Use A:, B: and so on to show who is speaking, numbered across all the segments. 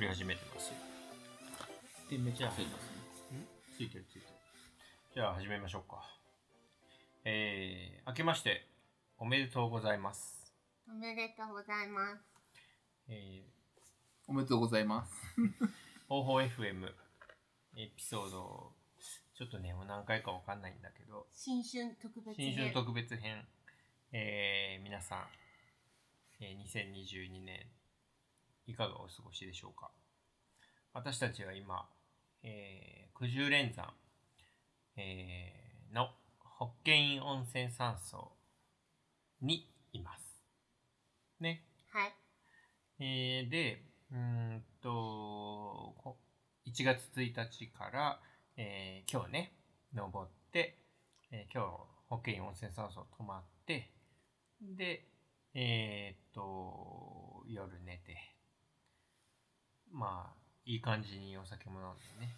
A: り始めてますよ。
B: で、めっちゃ安いですね。
A: ついてるついてる。じゃあ始めましょうか。えー、明けましておめでとうございます。
C: おめでとうございます。
A: えー、
B: おめでとうございます。
A: 方法 FM エピソード、ちょっとね、もう何回かわかんないんだけど、
C: 新春特別
A: 新
C: 編。
A: 春特別編、えー、皆さん、えー2022年、いかがお過ごしでしょうか。私たちは今、えー、九十連山、えーの北見院温泉山荘にいます。ね。
C: はい。
A: えーで、うーんと、こ1月1日から、えー今日ね、登って、えー今日、保険温泉酸素泊まって、で、えーっと、夜寝て、まあ、いい感じにお酒も飲んでね、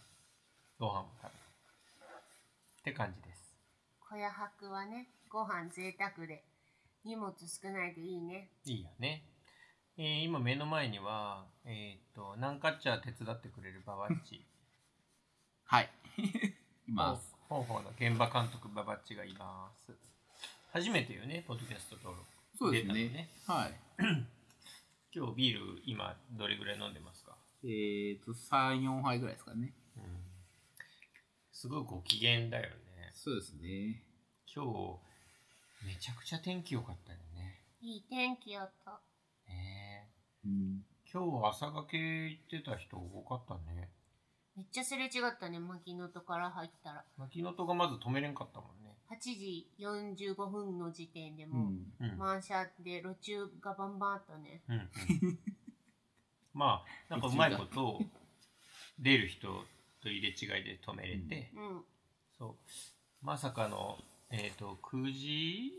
A: ご飯も食べて、って感じです。
C: 小屋泊はね、ご飯贅沢で、荷物少ないでいいね。
A: いいよね。えー今目の前には、えーっと、南カッチャー手伝ってくれるババッチ。
B: はい。います。
A: ほうほうの現場監督ババッチがいます初めてよねポッドキャスト登録
B: そうですね
A: 出たの
B: は
A: 今日ビール今どれぐらい飲んでますか、
B: い。えーと、3、4杯ぐらいですかね。
A: すごいご機嫌だよね
B: そうですね。
A: 今日めちゃくちゃ天気良かったよね
C: いい天気よと。
A: ね
B: うん。
A: え今日朝掛け行ってた人多かったね
C: めっちゃすれ違ったね、牧野とから入ったら。
A: 牧野とがまず止めれんかったもんね
C: 8時45分の時点で
B: う
C: もう、
B: ん。
A: うん
C: 満車で路中がバンバンあったね。
A: うんうんまあなんかうまいこと出る人と入れ違いで止めれて、
C: うん。
A: そう。まさかの、えっ、と、9時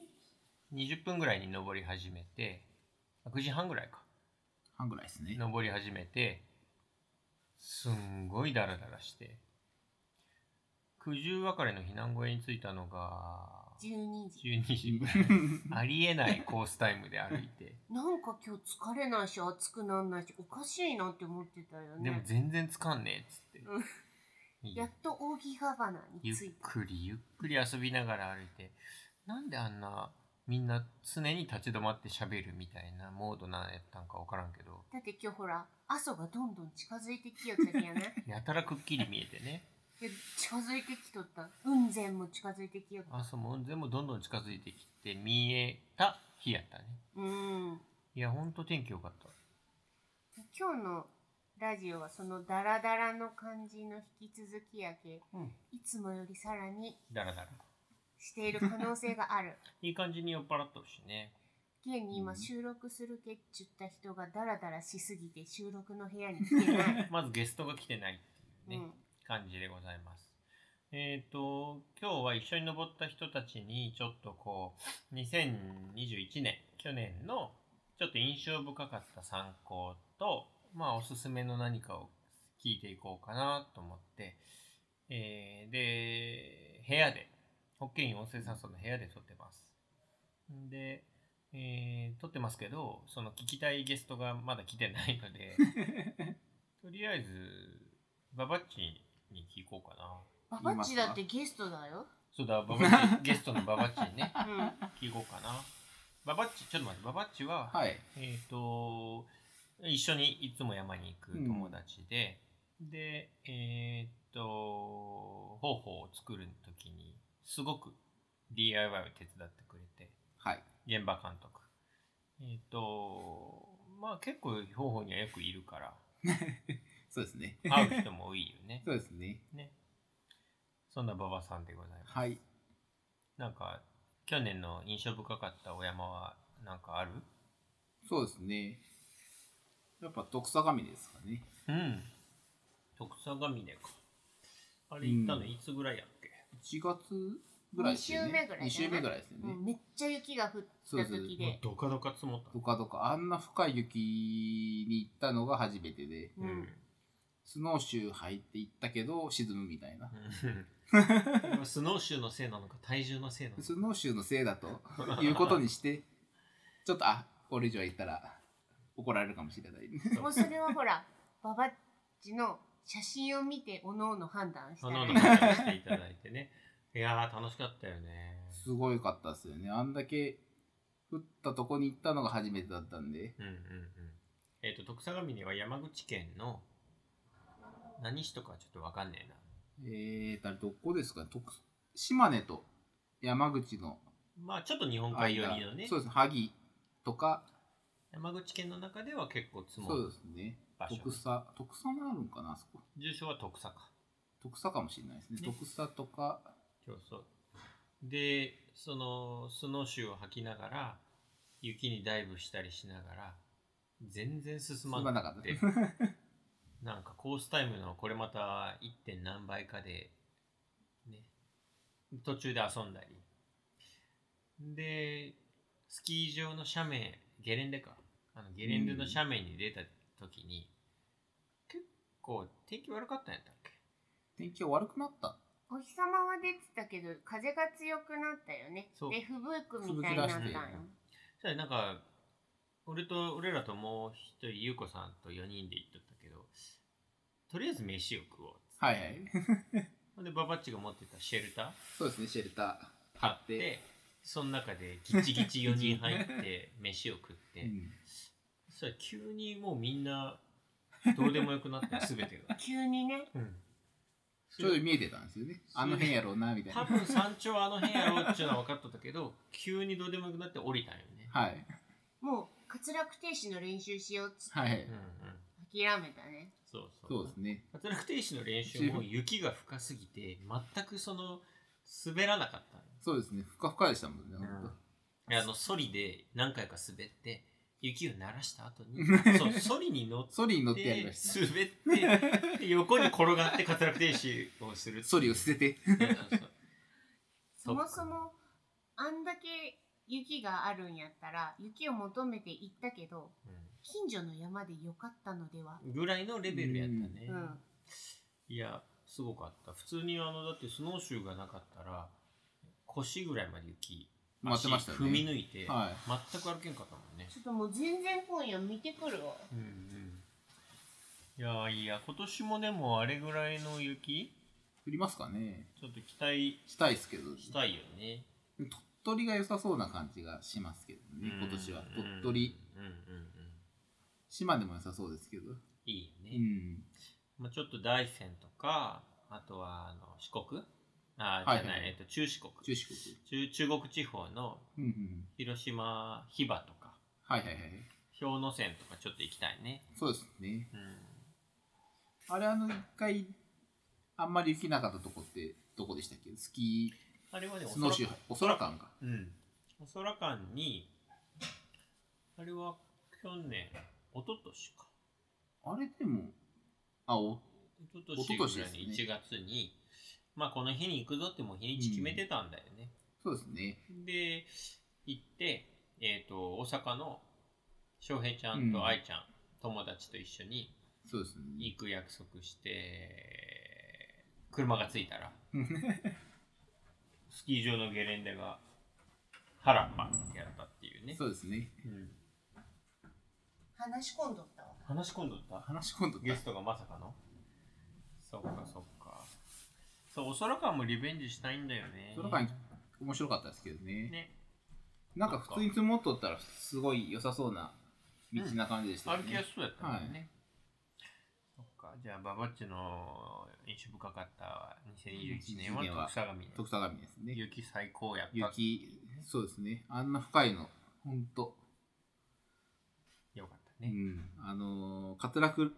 A: 20分ぐらいに登り始めて、あ9時半ぐらいか。
B: 半ぐらいですね。
A: 登り始めて、すんごいダラダラして。九十別れの避難小屋に着いたのが、
C: 12時。
A: 12時ぐらい。ありえないコースタイムで歩い て。
C: なんか今日疲れないし、暑くなんないし、おかしいなって思ってたよ
A: でも
C: ね。
A: 全然つかんねえっつって
C: うん。
A: い
C: や
A: や
C: っと扇ヶ花に
A: ゆっ
C: 着いた。
A: くりゆっくり遊びながら歩いてなんであんなみんな常に立ち止まって喋るみたいなモードなんやったんか分からんけど
C: だって今日ほら、阿蘇がどんどん近づいてきよったじゃない
A: やたらくっきり見えてね
C: で近づいてきとった。雲仙も近づいてきよった。
A: あそうも全部どんどん近づいてきて見えた日やったね
C: うん。
A: いやほんと天気良かった
C: 今日のラジオはそのダラダラの感じの引き続きやけ、
A: うん
C: いつもよりさらに
A: だらだら
C: している可能性がある。
A: いい感じに酔っ払っとるしね
C: 現に
B: う
C: 今
B: ん
C: 収録するけっちゅった人がダラダラしすぎて収録の部屋に来てない。
A: まずゲストが来てないっていうね、
C: うん
A: 感じでございます。えっ、と、今日は一緒に登った人たちに、ちょっとこう、2021年、去年の、ちょっと印象深かった参考と、まあ、おすすめの何かを聞いていこうかなと思って、えーで、部屋で、ホッケイン音声酸素の部屋で撮ってます。で、えー撮ってますけど、その聞きたいゲストがまだ来てないので、とりあえず、ババッチに聞こうかな。
C: ババッチだってゲストだよ。
A: そうだ、ババッチ、ゲストのババッチにね、
C: うん。
A: 聞こうかな。ババッチ、ちょっと待って、ババッチは、
B: はい。
A: えっ、と、一緒にいつも山に行く友達で、で、えっ、と、方法を作るときに、すごく DIY を手伝ってくれて、
B: はい。
A: 現場監督。えっ、と、まあ結構方法にはよくいるから、
B: そうですね。
A: 会う人も多いよね。
B: そうですね。
A: ね。そんな馬場さんでございます。
B: はい。
A: なんか、去年の印象深かったお山は、なんかある
B: そうですね。やっぱ、徳坂神ですかね。
A: うん。徳佐ヶ峰か。あれ行ったの
B: うん
A: いつぐらいやっけ、
B: 1月ぐらいですよね。
C: 二週目ぐらいだね
B: 2週目ぐらいですよ
C: う
B: ね。
C: んめっちゃ雪が降った時
A: もう
C: で。
A: ドカドカ積もった
B: ど。かどか、あんな深い雪に行ったのが初めてで、
C: うん
B: スノーシュー入って行ったけど、沈むみたいな。
A: うん スノーシューのせいなのか体重のせいなのか
B: スノーシューのせいだと いうことにして、ちょっと、あ、これ以上行ったら怒られるかもしれない。
C: もうそれはほら、ババッチの写真を見ておのおの判断した
A: お
C: ら
A: のお
C: い
A: の
C: い
A: 判断していただいてね。 いやー、楽しかったよね。
B: すごいかったですよね。あんだけ降ったとこに行ったのが初めてだったんで。
A: うんうんうん。えっ、と、徳佐神には山口県の何市とかちょっとわかんねえな。
B: えーと、あれどこですかね徳島根と山口の
A: まあ、ちょっと日本海寄
B: 間
A: りのね
B: そ、うです。萩とか、
A: 山口県の中では結構積も
B: そう
A: る
B: ですね。
A: 場所。
B: 徳佐、徳佐もあるんかな、あそこ。
A: 住所は徳佐か。
B: 徳佐かもしれないですね。
A: ね
B: 徳佐とか、
A: そうそう。で、そのスノーシューを履きながら、雪にダイブしたりしながら、全然進まなくて
B: 進、
A: なんかコースタイムのこれまた 1. 点何倍かで、ね、途中で遊んだり。で、スキー場の斜面、ゲレンデか。あのゲレンデの斜面に出た時に、結構天気悪かったんやったっけ
B: 天気が悪くなった。
C: お日様は出てたけど風が強くなったよね
A: そう
C: で吹雪くみたいになったんよ、
B: 吹雪らし
A: それなんか俺と俺らともう一人ゆうこさんと4人で行っとったけどとりあえず飯を食おうっつって
B: はいはい。
A: ほ んでババッチが持ってたシェルタ
B: そうですね、シェルタ
A: ー
B: ー買
A: 買
B: っ。
A: っててその中でギチギチ4人入 って飯を食って、
B: うん
A: そしたら急にもうみんなどうでもよくな った全てが
C: 急にね
A: うん、
B: ちょうど見えてたんですよね。あの辺やろうな、みたい
A: 多
B: な。
A: 分山頂はあの辺やろうっちゅうのは分かっとったけど急にどうでもよくなって降りたんよね、
B: はい。
C: もう滑落停止の練習しようっつっ
B: は
A: う
B: い
A: んうん。、
C: 諦めたね
A: そうそう
B: そうですね。
A: 滑落停止の練習も雪が深すぎて全くその滑らなかったの
B: そうですね。ふかふかでしたもんね、
A: うん
B: 本
A: あのソリで何回か滑って雪を鳴らした後 にそうソリに乗っ
B: 当。ソリに乗ってやり
A: て
B: ました。
A: 滑ってで横に転がって滑落停止をする
B: ソリを捨 てて。
A: ていうそうそう
C: そもそもあんだけ雪があるんやったら雪を求めて行ったけど近所の山でよかったのでは
A: うんぐらいのレベルやったね、
C: うん
A: いやすごかった普通にあのだってスノーシューがなかったら腰ぐらいまで雪
B: 待ってました
A: 足踏み
B: ね。
A: 抜いて、
B: は
A: 全く歩けんかったもんね
C: ちょっともう全然今夜見てくるわ
A: うんうんいやーいいや今年もでもあれぐらいの雪
B: い。降りますかね。
A: ちょっと期待
B: したいですけど。
A: したいよね
B: 鳥取が良さそうな感じがしますけどね、今年は。鳥取、
A: うんうんうん
B: 島でも良さそうですけど。
A: いいうよね、
B: ん。
A: まあ、ちょっと大山とかあとはあの四国あー
B: はい
A: じゃない、
B: はい
A: えっと、中四国
B: 中四国。
A: 中中国地方の
B: うんうん。
A: 広島比婆とか
B: はいはいはい。
A: 氷ノ山とかちょっと行きたいね
B: そうですね。
A: うん
B: あれ、あの、一回、あんまり雪なかったとこって、どこでしたっけスキ
A: あれはね
B: ー、スノーシュー、お空間か。
A: うん。お空間に、あれは去年、一昨年か。
B: あれでも、あ、お、
A: 一昨年ぐらいに
B: 一
A: 1
B: 昨
A: 月に、まあこの日に行くぞってもう日にち決めてたんだよね。
B: そうですね。
A: で、行って、えっ、と、大阪の翔平ちゃんと愛ちゃん、友達と一緒に
B: そうですね。
A: 行く約束して、車が着いた ら、スキー場のゲレンデが原っぱってやったっていうね。
B: そうですね。
A: うん
C: 話し込んどったわ
A: 話し込んどった
B: 話し込んどっ
A: ゲ
B: た
A: ストがまさかのそっかそっかそうお空間もリベンジしたいんだよね
B: 空間面白かったですけどね。
A: ね
B: なんか普通に積もっとったら、すごい良さそうな道な感じでしたよ
A: 歩
B: ね。
A: きやすそうやったもんね、そっかじゃあババッチの印象深かった2021年は
B: 2021年は
A: 徳相模ね
B: 徳相模ですね。
A: 雪最高やった
B: 雪、そうですね。あんな深いの、ほんと。
A: よかったね、
B: うん。あのー、滑落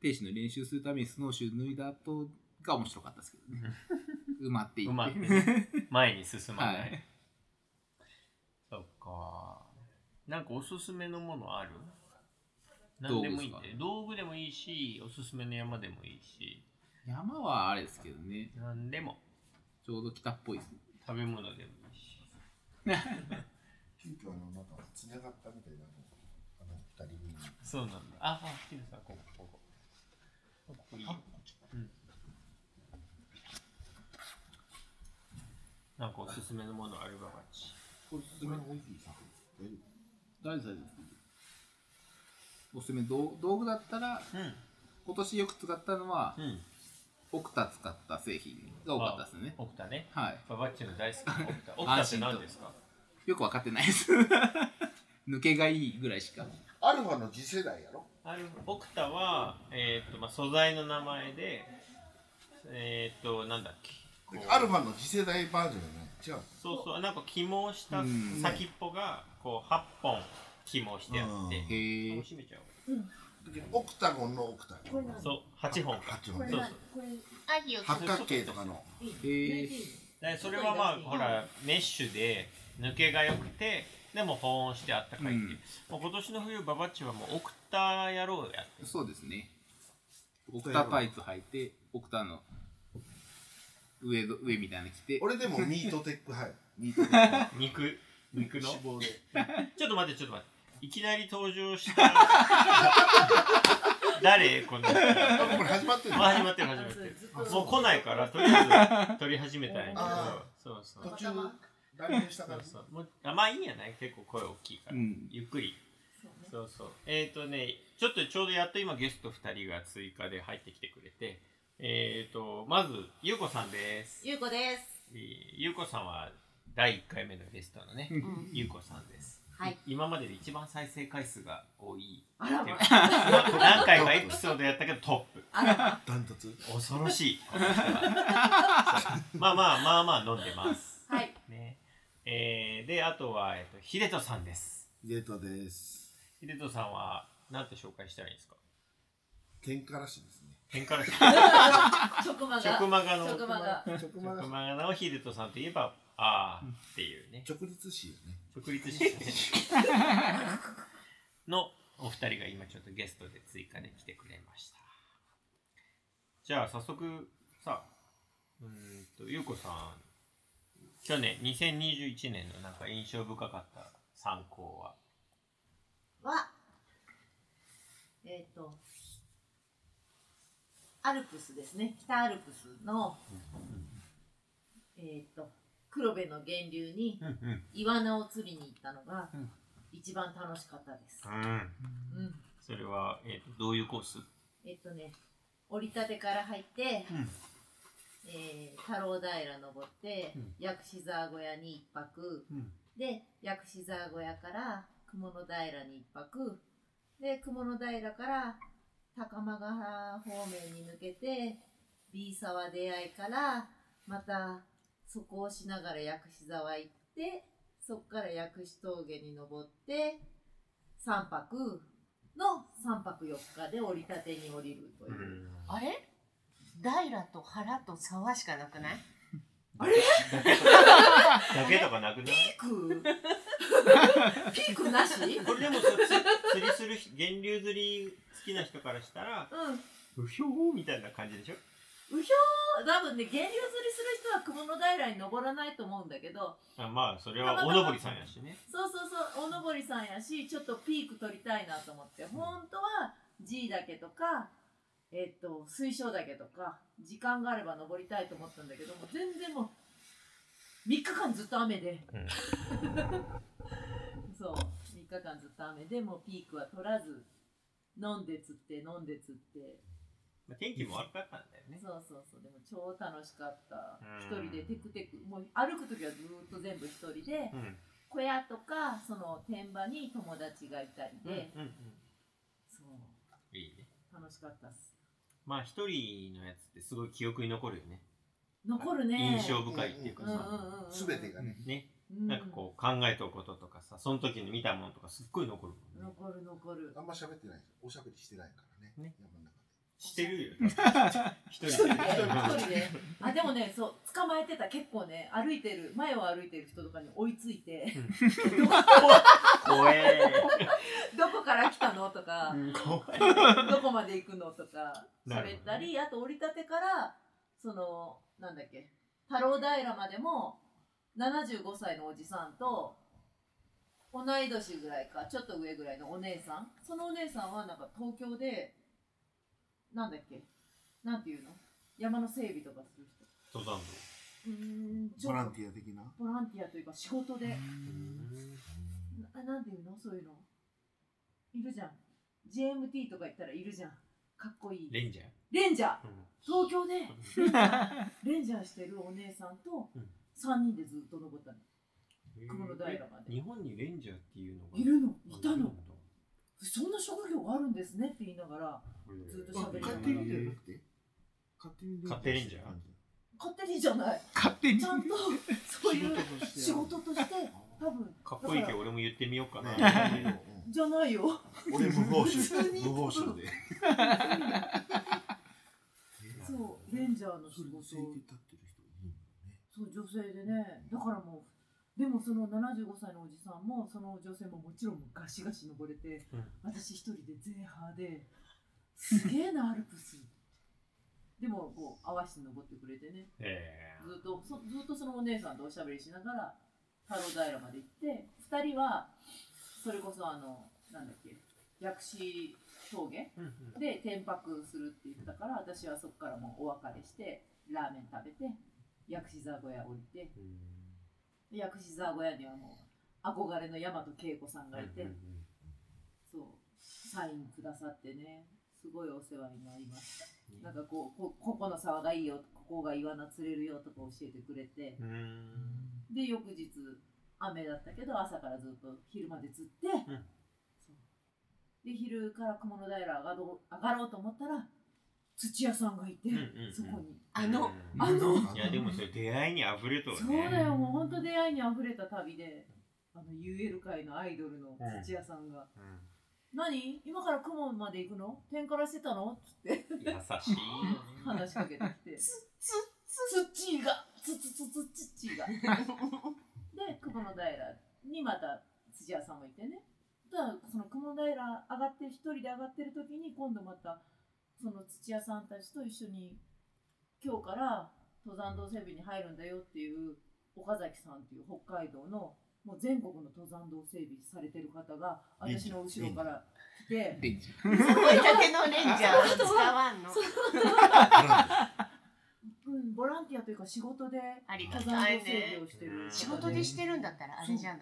B: 停止の練習するためにスノーシュー脱いだ後が面白かったですけど ね。埋まっていって。
A: うまく、 ね、前に進ま
B: は
A: ない、
B: い。
A: そっかなんかおすすめのものある何でもいいんで道具でもいいしおすすめの山でもいいし
B: 山はあれですけどね。
A: 何でも
B: ちょうど北っぽいですね。
A: 食べ物でもいいし
D: 急遽あのなんかつながったみたいなのあの二人組に
A: そうなんだ。あ、あ、ヒルさん、ここ、ここ。ここいい。うん。なんかおすすめのものあればバチ。
D: これ進めの大きいさ大丈夫
B: 大丈夫です。おすすめ道道具だったら、
A: うん。
B: 今年よく使ったのは、
A: うん。
B: オクタ使った製品が多かったですね。
A: オクタね。
B: は
A: ババッチの大好きなオク タ。オクタって何ですか
B: い。よくわかってないです。 抜けがいいぐらいしか。
D: アルファの次世代やろ
A: あるオクタは、えーっとまあ、素材の名前で、えーっと、なんだっけ。こう
D: アルファの次世代バージョンじゃない違う
A: そうそう、なんか肝をした
B: うん
A: 先っぽが、こう、8本肝をしてあっ
D: うん
A: て、
B: へえ
A: 楽。しめちゃう。
D: オクタゴンのオクタ
E: これ何
A: そう、8本か。
D: 八
E: こ
D: 本
E: れ
A: そう
D: ね
E: 何これ
C: アギを
D: 八角形とかの
E: いい
B: へー
E: 抜いていい
A: でそれはまあほらメッシュで抜けが良くてでも保温してあったかいっていう、
B: うん
A: もう今年の冬ババッチはもうオクタ野郎やって
B: そうですね。オクタパイツ履いて、オクタの上の上みたいなの着て、
D: 俺でもミートテック派やミートテック派
A: 肉肉の
D: 脂肪で
A: ちょっと待ってちょっと待っていきなり登場した 誰こんな
D: あ
A: も
D: もうこれ始まってる
A: う
D: の
A: 始まってる始まってる
E: ずっと
A: もう来ないからとりあえず撮り始めたんやけど
D: あ
A: そうそう
D: 途中乱入した
A: そ
D: から
A: うそうもうあまあいいんやない結構声大きいから、
B: うん
A: ゆっくり
E: そうね
A: そうそう。えっ、とね、ちょっとちょうどやっと今ゲスト2人が追加で入ってきてくれて、えっ、と、まず、ゆうこさんです。
E: ゆうこです
A: えーゆうこさんは第1回目のゲストのね、
C: うん
A: ゆうこさんです。
C: はい
A: 今までで一番再生回数が多い。
E: あら
A: っていう
E: ま
A: かな何回かエピソードやったけどトップ。
E: あら
D: ダントツ
A: 恐ろしい。この人は そうまあまあまあまあ飲んでます。
E: まはい
A: ね。えーで、あとは、えっ、と、ヒデトさんです。
D: ゲートです
A: ヒデトさんは、なんて紹介したらいいんですか
D: 天からしですね
A: 変からし
E: 直マが
A: 直マガの
E: 直マが
D: 直
A: マ
D: 直
A: ガナオヒデトさんといえばああっていうね
D: 立師よね
A: 直立師匠ねのお二人が今ちょっとゲストで追加で来てくれましたじゃあ早速さうーんとゆうこさん去年2021年のなんか印象深かった参考は
E: はえっ、とアルプスですね北アルプスのえっ、と黒部の源流に
A: うんうん
E: イワナを釣りに行ったのが
A: うん
E: 一番楽しかったです、
A: うん
E: うん、
A: それは、えーとどういうコース
E: えっ、とね折りたてから入って、
A: うん
E: えー太郎平登って、
A: うん
E: 薬師沢小屋に一泊
A: うん
E: で薬師沢小屋から雲の平に一泊で雲の平から高間ヶ原方面に抜けて B 沢出会いからまたそこをしながら薬師沢行ってそこから薬師峠に登って3泊の3泊4日で折りたてに降りるというう。
A: ん
C: あれ平と原と沢しかなくない
A: だけとかなくない
E: ピークピークなし
A: これでもそうつ釣りする人源流釣り好きな人からしたら
E: うん
A: うひょーみたいな感じでしょ
E: うひょー多分ね源流釣りする人は雲の平に登らないと思うんだけど
A: あまあそれはおのぼりさんやしね
E: そうそうそうおのぼりさんやしちょっとピーク取りたいなと思って本当は G だけとかえっと水晶だけとか時間があれば登りたいと思ったんだけども全然もう3日間ずっと雨で、
A: うん
E: そう3日間ずっと雨でもうピークは取らず飲んで釣って飲んで釣って
A: まあ天気も悪かったんだよね
E: そうそうそうでも超楽しかった一
A: うん
E: 人でテクテクもう歩く時はずーっと全部一人で
A: うん
E: 小屋とかその天場に友達がいたり
A: うんうん
E: で、
A: うん
E: そう
A: いいね
E: 楽しかったっす
A: まあ一人のやつってすごい記憶に残るよね
E: 残るね
A: 印象深いっていうか
E: うんうん
A: さ、
E: うんうん
D: 全てがね
A: ね
E: うん
A: なんかこう考えておくこととかさその時に見たものとかすっごい残るもんね
E: 残る残る
D: あんま喋ってないおしゃべりしてないからね
A: ね
D: 山の中で
A: して るよ一
E: 一
A: 人
E: 人
A: で
E: で一人 であでもねそう捕まえてた結構ね歩いてる前を歩いてる人とかに追いついて
A: 怖え
E: どこから来たのとか
A: うん怖え
E: どこまで行くのとか
A: なるほどね
E: 喋ったり、あと折りたてからそのなんだっけ太郎平までも75歳のおじさんと同い年ぐらいかちょっと上ぐらいのお姉さんそのお姉さんはなんか東京でなんだっけなんていうの山の整備とかする人
A: 登山
E: うーんちょ
D: ボ
E: っ
D: ラ
E: と
D: ンティア的な
E: ボランティアというか仕事で
A: 部
E: ななんていうのそういうのいるじゃん GMT とか行ったらいるじゃんかっこいい
A: レンジャー。
E: レンジャー
A: うん
E: 東京でレンジャーしてるお姉さんと
A: うん
E: 3人でずっと登ったの雲の平ま
A: え
E: で
A: 日本にレンジャーっていうのが
E: いるのいた
A: いる
E: の
A: んだ
E: そんな職業があるんですねって言いながらずっと
D: あ
E: 喋りながら
D: 勝手にじゃなくて勝手に
A: 勝手にじゃん
E: 勝手にじゃない
B: 勝手に
E: ち ゃんとそういう仕
D: 仕事と
E: 事
D: して
E: として多分
A: かっこいいけど俺も言ってみようかな。
D: あるね
E: じゃないよ
D: 俺無報
E: 普通
D: 酬
E: に
D: 無報酬で
E: そうレンジャーの仕
D: それ
E: 事
D: で
E: そう
D: 立ってる人いるのね
E: 女性でねだからもうでもその75歳のおじさんもその女性ももちろんガシガシ登れて
A: うん
E: 私一人で前派ですげえなアルプスでもこう合わせて登ってくれてね
A: え
E: ずっとそずっとそのお姉さんとおしゃべりしながら太郎平まで行って2人はそれこそあのなんだっけ薬師峠
A: ーうん
E: で転泊するって言ってたから私はそこからもうお別れしてラーメン食べて薬師座小屋降りて
A: うん
E: で薬師座小屋にはもう憧れの大和恵子さんがいて、
A: うんうん
E: そうサインくださってねすごいお世話になりましたなんかこうこここの沢がいいよここがイワナ釣れるよとか教えてくれて、
A: うんうん
E: で翌日雨だったけど朝からずっと昼まで釣って、
A: ん
E: そうで昼から雲の平上がろう上がろうと思ったら土屋さんがいて、
A: うんうんうん
E: そこに
C: あの、
A: うん
E: あの
A: いやでもそれ出会いにあふれとるね
E: そうだよもう本当出会いにあふれた旅であの UL 界のアイドルの
A: うん
E: 土屋さんが
A: う
E: 「何今から雲まで行くの天からしてたの?」っつって
A: ん優しいよね
E: 話しかけてきて「
C: つつ
E: 土がつつつつつ土が」で雲の平にまた土屋さんもいてねただその雲の平上がって一人で上がってる時に今度またその土屋さんたちと一緒に今日から登山道整備に入るんだよっていう岡崎さんっていう北海道のもう全国の登山道整備されてる方が私の後ろから来て
B: レンジ
C: 追い立てのレンジャ ー使わんの
E: うんボランティアというか仕事で
C: ありが
E: 登
C: た
E: 山
C: い
E: 道整
C: ね
E: 備をしてる
C: 仕事でしてるんだったらあれじゃない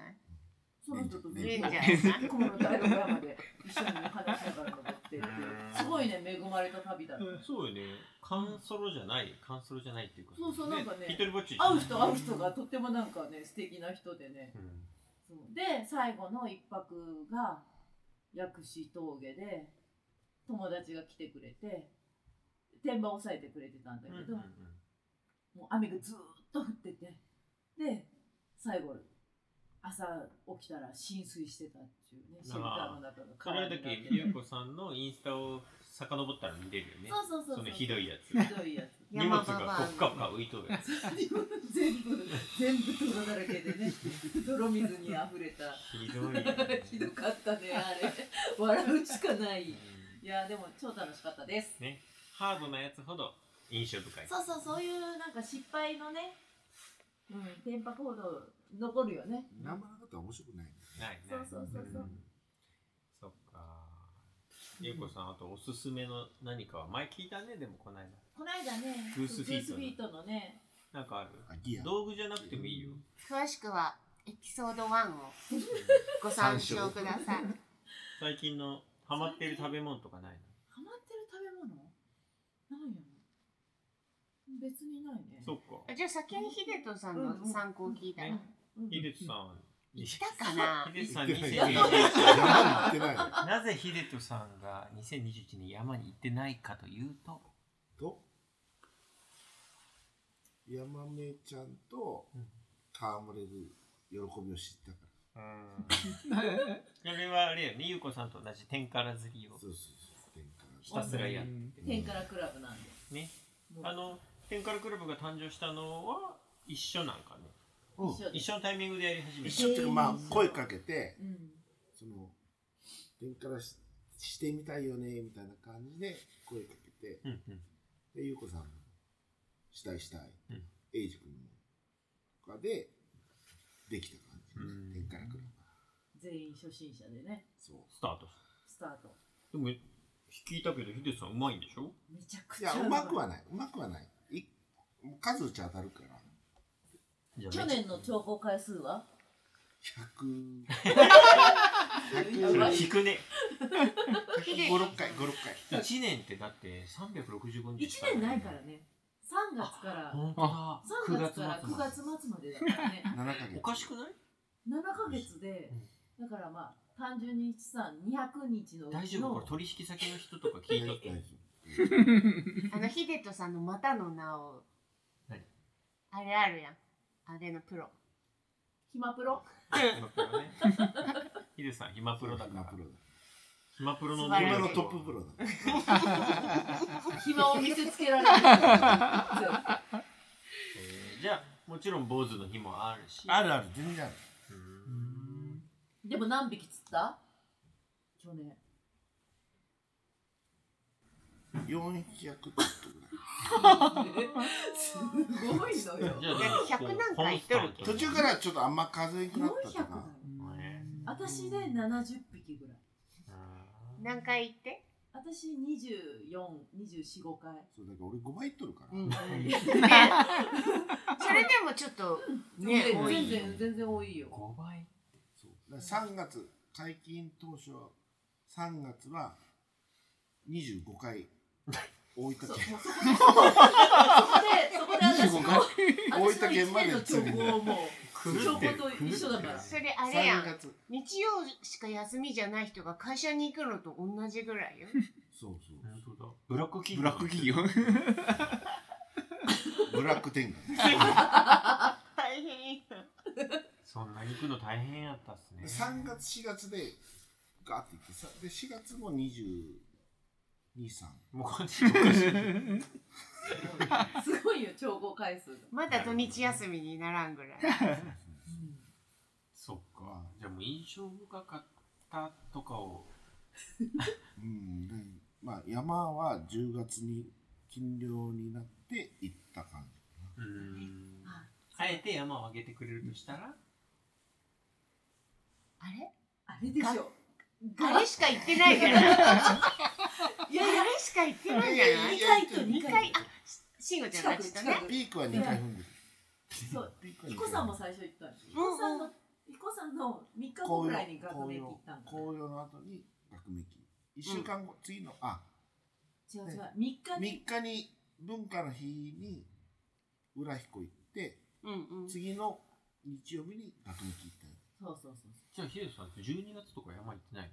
E: その人とずっと
C: レンジャ
E: 小
C: ーさん
E: 室大の山で一緒に話しながら登ってっていう
A: うん
E: すごいね恵まれた旅だった
A: そうよねカンソロじゃないカンソロじゃないっていうか
E: そうそうなんかね
A: 一人ぼっちじゃない
E: 会う人会う人がとってもなんかね素敵な人でね
A: うん
E: そうで最後の一泊が薬師峠で友達が来てくれて天板を押さえてくれてたんだけ
A: うんうん
E: ど、もう雨がずーっと降っててで最後朝起きたら浸水してたっていうねシェルターの中の
A: それ
E: 川
A: はだ
E: にな
A: け
E: ってて
A: ゆうこさんのインスタを遡ったら見れるよね
E: そうそ
A: そ
E: うそうそう
A: のひどいやつ
E: ひどいやつ
A: 荷物が
C: 山場は
A: こっかっか浮いとるやつ
E: 全部全部泥だらけでね 泥水にあふれた
A: ひどいよね
E: ひどかったねあれ笑うしかないいやでも超楽しかったです
A: ねハードなやつほど印象深い
E: そうそうそういうなんか失敗のねうん天白ほど残るよね
D: 生なかったら面白くないね
A: ないね
E: そうそうそうそうん
A: そっかゆうこさんあとおすすめの何かは前聞いたねでもこの間
E: この間ね
A: グースフィートの
E: グートのね
A: なんかある
D: あギア
A: 道具じゃなくてもいいよ
C: 詳しくはエピソード1をご参照ください
A: 最近のハマってる食べ物とかない
E: ハマってる食べ物なんやろ別にないね
A: のそっか
C: じゃあ先に秀人さんの参考聞いたら、
A: うん
E: うん
A: ひでつさん
C: 行ったかな
A: ひでつさん
D: 行ってない
A: 2021
D: 山に行ってないの
A: なぜひでとさんが2021年山に行ってないかというと
D: とヤマメちゃんと
A: うん
D: 戯れる喜びを知ったか
A: うんそれはあれよねゆうこさんと同じ天から釣り
D: ら
A: を
D: そうそうそう天から
A: ひたすらやって
E: 天からクラブなんで
A: ね
E: もう
A: あの天からクラブが誕生したのは一緒なんかね
D: うん
E: 一緒で
A: 一緒のタイミングでやり始め
D: 一緒っていうかまあ声かけて
E: うん
D: その天からししてみたいよねみたいな感じで声かけて
A: うんうん
D: で優子さんもしたいしたい
A: うん
D: 英二、君もとかでできた感じ、
A: うん
D: ね、天から来る
E: 全員初心者でね
D: そう
A: スタートし
E: スタート
A: たでも聞いたけどヒデさんうまいんでしょ
E: めちゃく
D: い
E: ちゃ
D: やうまくはないうまくはないい数打ち当たるから
A: じゃあ
E: 去年の調合回数は
D: 100
E: やばい
A: 引くね
C: 秀樹
D: 五六回、五六回。
A: 1年ってだって365日
E: 一年ないからね。3月から、3
A: 本当だ9
E: 月から9月末までだからね。
D: 七ヶ月。
A: おかしくない
E: 7ヶ月で、だからまあ、単純に資産200日のう
A: 大
E: ち
A: 丈夫こ
E: の
A: れ、取引先の人とか聞 いとっ
D: 大
A: て
D: 丈
C: あの秀人さんの「またの名を」
A: 何
C: あれあるやんあれのプロ
E: 暇プロ
A: 暇プロねヒデさん暇
D: 夫
A: プロだか
D: 今
A: ら
D: プロ
A: 暇プロの
C: あれ
D: だ。
A: 能
D: 今
A: 力
D: の
A: を
D: トッププロだ。
E: 暇を見せつけ られる。
A: えーじゃあもちろん坊主の日もあるし
D: あるある、全然ある。
A: うーん
E: でも何匹釣った去年。
D: 四百ちょっとぐらい。
E: すごいのよ。
A: じゃあ
C: だって100何回行っとるけ
D: 途中からちょっとあんま数えんくなった
E: 400だ
D: か
E: よ
D: な。。
E: 私で70匹ぐらい。
C: 何回言 って
E: 私24、24、5回。
D: そうだから俺五倍いっとるから。
C: うんねそれでもちょっとね
E: 全
A: 多い
E: 然、全然、全然多いよ。
A: 5倍
D: そうだから3月解禁当初3月は25回大分県
E: そうもうそこで、そこで、そこで私の、
D: 大
E: 私の
D: 分県
E: 1
D: まで
E: 年の兆
D: 釣り
E: 候をもう、
A: 狂ってる
E: 証拠と一緒だから
A: 狂って
C: そ
A: る
C: れ あれやん
D: 3月
C: 日曜しか休みじゃない人が会社に行くのと同じぐらいよ
D: そうそ
A: 本当だブラック企業
B: ブラック企業。
D: うブラック天狗
C: 大変や
A: そんなに行くの大変やったっすね
D: 3月4月でガーっていってさで4月も223
A: もうこっちおかしい
E: すごいよ、兆候回数が。
C: まだ土日休みにならんぐらい
A: そっかじゃあもう印象深かったとかを
D: うんでまあ山は10月に禁漁になって行った感じ
A: うーん
E: あ
A: あえて山を上げてくれるとしたら
C: あれ
E: あれでしょ。
C: あれしか行ってないじゃないあ
E: いやいや、
C: れしか行ってないじゃない
E: 二回と
C: 二
E: 二
C: 回
E: 回
C: あ慎吾ちゃんたちと
E: 近
C: ね
E: く
D: ピークは2回踏んでる
E: そう、
D: ピークは
E: ヒ
D: 二回
E: コ
D: 踏
E: さ
D: で
E: んも
D: る
E: 最初行ったんです。ヒ
C: うんうん
E: コさんの、ヒコさんの3日後ぐらいに学名行ったんだ。
D: 紅葉の後に学名期1週間後、次のあ
E: 違う違う、3日
D: 3
E: に、
D: 日に文化の日に浦彦行って
C: うんうん
D: 次の日曜日に学名期行ったよ
E: そうそうそう。
A: じゃあヒデさんって12月とか山行ってない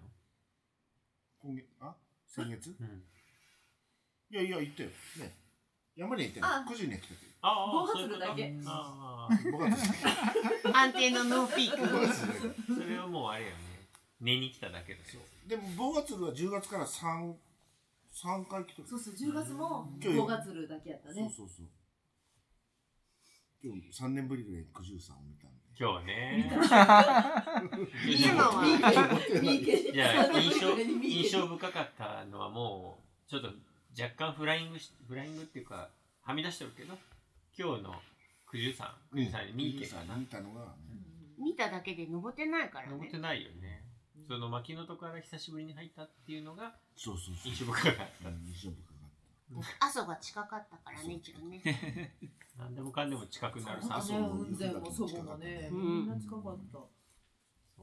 D: 今月あ先月い
A: のうん
D: やいや行ったよね山には行ったよ
E: あ
D: 9時には来たけ
A: あ
E: 防
A: あ
E: 波
A: そういうこ
E: するだ
A: と
E: け
A: あ
D: ど5月
C: 安定のノーピーク
D: 5月だけど
A: あそれはもうあれよね寝に来ただけだよ
D: でもボガツルは10月から3三回来てる
E: そうそう、10月も
D: 今日
E: 5月るだけやったね。
D: そうそうそう今日3年ぶりぐらいに九十三を見たんで
A: 今日はね
C: 見たいつもは
E: 三重県
A: じゃあ印 象
E: 印
A: 印象深かったのはもうちょっと若干フライングしフライングっていうかはみ出してるけど今日の九十三九十三三池かな
D: 見たのが、
C: 見ただけで登ってないから
A: 登っ
C: ね
A: てないよねその牧野とから久しぶりに入ったっていうのが
D: そうそうそう
A: 印象深かっ
D: うん印象深かっ
C: 阿蘇が近かったからね一応ね
A: た何でもかんでも近くなる
E: あ
A: さ
E: そ
A: そうう
E: ね、雲仙も祖母もね、
C: う
E: み
C: ん
E: んな近かった。
D: た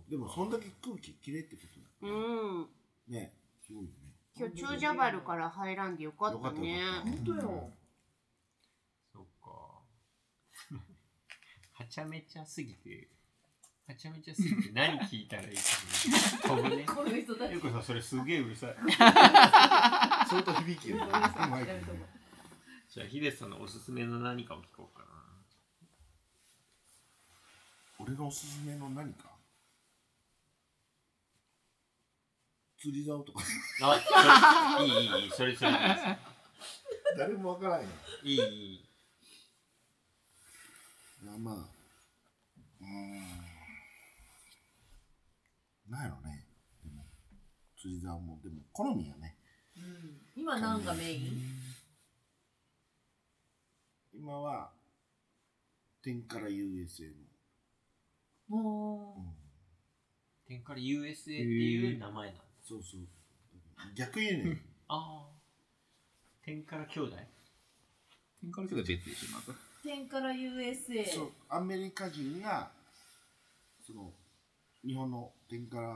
D: でもそんだけ空気きれいってことだ
C: う
D: ね
C: ん
D: ねすごいよね
C: 今日長者バルから入らんでよかったね
D: よかった
E: 本当 よ。
A: そっか はちゃめちゃすぎてはちゃめちゃすぎて何聞いたらいいかね飛ぶね
E: この人たち。
A: ゆうこさんそれすげえうるさい
D: 相当響きよね
E: この人たち
D: マイク
E: やるとこ
D: ね
A: じゃあヒデさんのおすすめの何かを聞こうかな
D: 俺のおすすめの何か釣り竿とか
A: あ、それいいいいいい、それそれ
D: 誰もわからんよ
A: いいです。いいいい。
D: いやまあうーんなんやろねでも釣り竿もでも好みやね
E: うん今何がメイン
D: 今は天から USA
E: も
D: の、うん、
A: 天から USA っていう名前なんだ。
D: そうそう逆言うねん
A: ああ。天から兄弟
B: 天からけど別でしょ、また。
E: う、天から USA。
D: そうアメリカ人がその日本の天から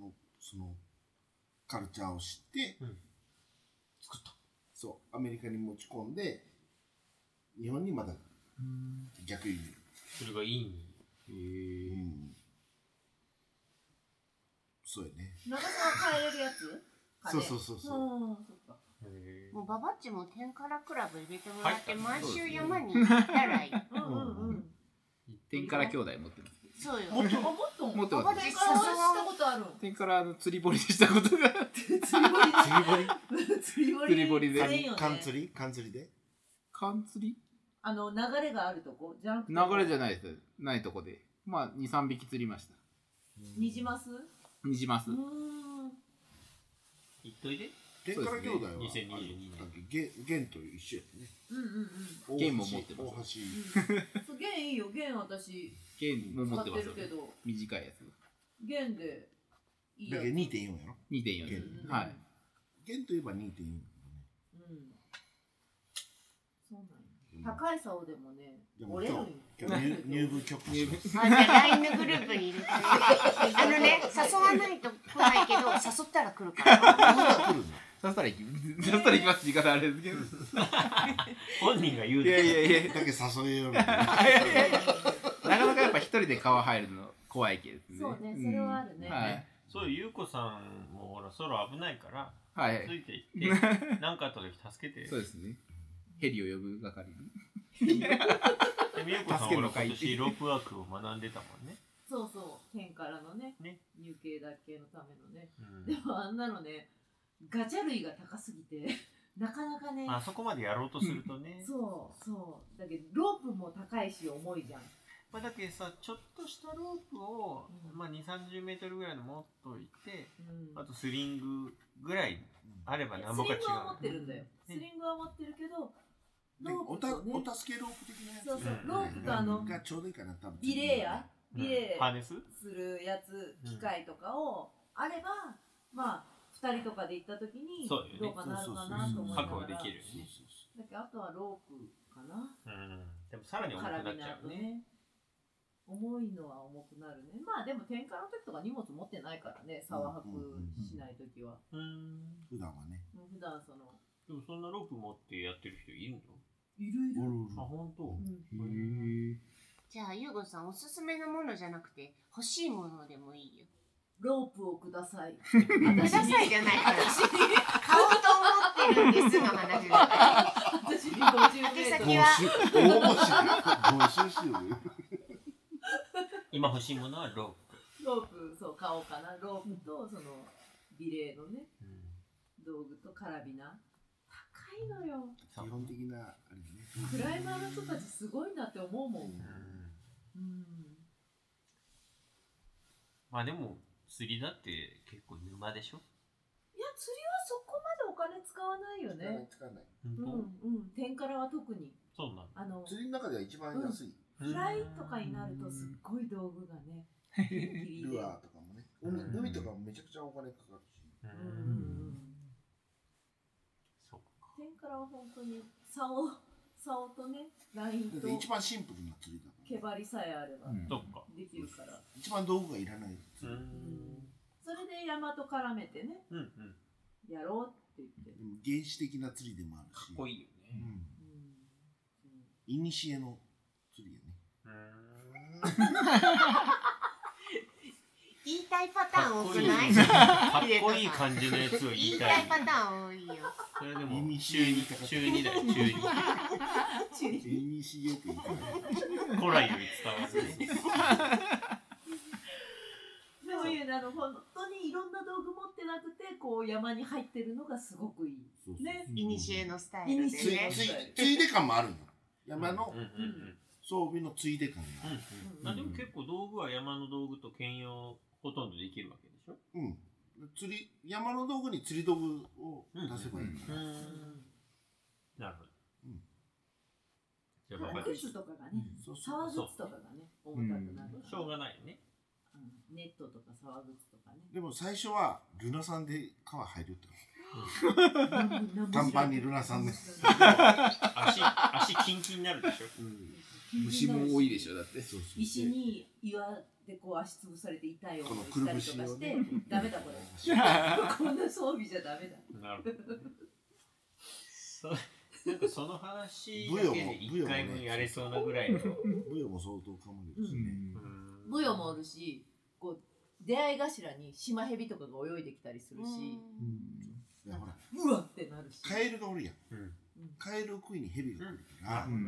D: のそのカルチャーを知って、
A: うん
D: 作ったそうアメリカに持ち込んで日本にまだ逆輸入
A: それがいいに
D: うんそうやね
E: 長さは変えれるやつ
D: そうそうそうそう
E: うんそっか
A: へー
C: もうババッチも天からクラブ入れてもらって、
A: はい
C: 毎週山に行ったらいい。
E: うんうんうん
B: 天から兄弟持ってます。
C: そうよ。
E: もっともっと
B: 持って
C: ババ
B: ま
C: ッ
B: す
C: チ
E: 私
C: 誘
E: からしたことある
B: 天からあの釣り堀でしたことが。
E: 釣
D: 釣り堀
E: り堀
B: 釣り堀で
E: せんよね
D: 缶釣り缶釣りで
B: 缶釣り
E: あの流れがあるとこじゃなくて
B: 流れじゃないです。ないとこで。まあ、2、3匹釣りました。
E: ニジマス
B: ニジマス
E: うー。ん
A: 言っといて
D: 天から兄弟は
A: そうですね2022年
D: あのゲンゲンと一緒やね
E: うんうんうん
B: ゲンも持ってます
D: 大橋
E: そう弦いいよ弦私
B: 剣も持っ
E: 使ってて
B: ますよ
E: る
B: ね
E: け。ど
B: 短いやつ。
E: 弦でいい
D: だ
E: や
D: けど2.4やろ
B: 2.4
D: ゲ
B: で
D: ン
E: うんうん
B: はい
D: ゲンといえば2.4
E: うんそうなんや高い竿でもね
D: でも
E: 折れるんよ
D: 今日入入部許可し ます
C: あじゃあ LINE のグループにいるからね。あのね、誘わないと来ない けど、誘ったら来るから。
D: 来るの
B: そしたら行き、 そしたら行きますって言い方あれですけ ど。
A: 本人が言う
B: いやい
A: で
B: やいや。
D: だけ誘えよみたいな
B: なかなかやっぱ一人で川入るの怖いけどね。
E: そうねそれはあるね
B: うんはい。
A: そういうゆうこさんもほらソロ危ないから
B: は
A: つ
B: い。
A: いてい って何かあった時助けて
B: そうですね。ヘリを呼ぶ係 に。
A: でもゆうこさんは
B: 助け
A: ほら
B: るの
A: 今
B: かい
A: 年ロープワークを学んでたもんね
E: そうそう県からのね
A: ね
E: 入形脱系のためのね
A: う
E: で
A: ん
E: もあんなのねガチャ類が高すぎて なかなかね
A: あそこまでやろうとするとね
E: そうそうだけどロープも高いし重いじゃん
A: まあ、だけどさちょっとしたロープを、
E: うん
A: まあ、2 3 0メートルぐらいの持っといて
E: うん
A: あとスリングぐらいあれば
E: いや
A: 何もか違う
E: スリングは持ってるんだよス
A: ね
E: リングは持ってるけど
D: で
E: ロ
D: お
E: ープ
D: た
E: とね
D: お助けロープ的なやつ
E: そうそう
A: うん
E: ロープとあの
D: がちょうどいいかな多分
E: リレーやリレ
A: ハー
E: ー
A: ネス
E: するやつ
A: うん
E: 機械とかをあればまあ2人とかで行った時に
A: そうよね
E: どうかなるかなと思いながら
A: 確保できるよ
D: そう
A: ね、
D: そうそ
E: だけどあとはロープかな
A: うん、でもさらに重く
E: カ
A: なっ
E: ラ
A: ち
E: ビナ
A: ゃ
E: と
A: う
E: ね
A: ね
E: 重いのは重くなるねまあでも転換の時とか荷物持ってないからね沢泊しない時は、
A: うん
D: う普段はね
E: もう普段その
A: でもそんなロープ持ってやってる人いるの
E: いるい
D: お
E: る、
D: るおる
A: あ本当、
E: うん、
C: じゃあ、ゆうごさん、おすすめのものじゃなくて、欲しいものでもいいよ。
E: ロープをください
C: くださいじゃないから。買おうと思ってるんですの話だから。
E: 私に50メ
C: 宛
E: ート
C: 先
E: ル
C: は
D: 募集募集募集しようよ
A: 今欲しいものはロ
E: ロープそう買おうかなロープとそのビレーのね
A: ープ、
E: 道具とカラビナ高いのよ
A: そう
D: 基本的なあれね
E: クライマーの人たちすごいなって思うもん、
A: うん
E: うん、
A: まあでも釣りだって結構沼でしょ
E: いや釣りはそこまでお金使わないよね
D: 使わない
A: 本
E: うんうん天からは特に
A: そうなの
E: あの
D: 釣りの中では一番安い
E: フライとかになるとすっごい道具がねギリギリで
D: ルアーとかもね
A: うん
D: 海海とかもめちゃくちゃお金かかるし
A: う
E: うんうんうん
A: んそうか
E: 天からは本当に竿竿とねライン
D: だっ
E: と
D: て一番シンプルな釣りだ
E: 毛
D: から
E: 針さえあれば
A: そっか
E: できるから、
D: 一番道具がいらない釣り
A: ん
E: それで山と絡めてね
A: うんうん
E: やろうって言って、
D: でも原始的な釣りでもあるし
A: かっこいいよ
D: う
A: ね
D: ん
E: うんうん
D: いにしえの釣りやね
A: うん
C: 言いたいパターン
A: か
C: 多
A: っ
C: く
A: こいい
C: ない
A: かっ こいい感じのやつを
C: 言
A: 言
C: い
A: い
C: た
A: た
C: い
A: い
C: パターン多いよ。
A: それで
D: 意
A: も
D: 味
A: 週に
D: 深い
A: 週2だよ 中2
D: いにしえって言ったら
A: 古来より伝わるね
E: でもいいねあの本当にいろんな道具持ってなくてこう山に入ってるのがすごくいい
D: そうそう
E: ね
C: いにしえのスタイルで
D: つい
C: ね。
D: ついついで感もあるよ山の
A: うんうんうん
D: 装備のついで感がある
A: うんあでも結構道具は山の道具と兼用ほとんどできるわけでしょ
D: うん釣り山の道具に釣り道具を出せばいいから、
A: んなるほど
D: うん
A: じゃあバカでし
E: 靴とかがね
D: そうそう
E: 沢靴とかがね重たくなる
A: ょし
E: から
A: ょうがないね
E: うんネットとか沢靴とかね
D: でも最初はルナさんで川入るって
E: 短
D: 短パンにルナさんで
A: 足足キンキンになるでしょ
D: うん
B: 虫も多いでしょ、だって。
D: そうそう
E: 石に岩でこう足つぶされて痛い
D: この
E: 思い
D: くる
E: し
D: ぶし
E: たり
D: を
E: とかして、
D: ね
E: ダメだこれ こんな装備じゃダメだ
A: なるほどね。そなんかその話だけで
D: ブヨもブヨ
A: 一
D: もね
A: 回分やれそうなぐらいの。
D: ブヨも相当噛むでし
A: う
D: ょ
A: ん
E: ブヨもおるしこう出会い頭にシマヘビとかが泳いできたりするし、
D: いや
E: なん
D: ほら
E: かうわってなるし
D: カエルがおるやん
A: うん
D: カエルを食いにヘビが来るから、
B: うん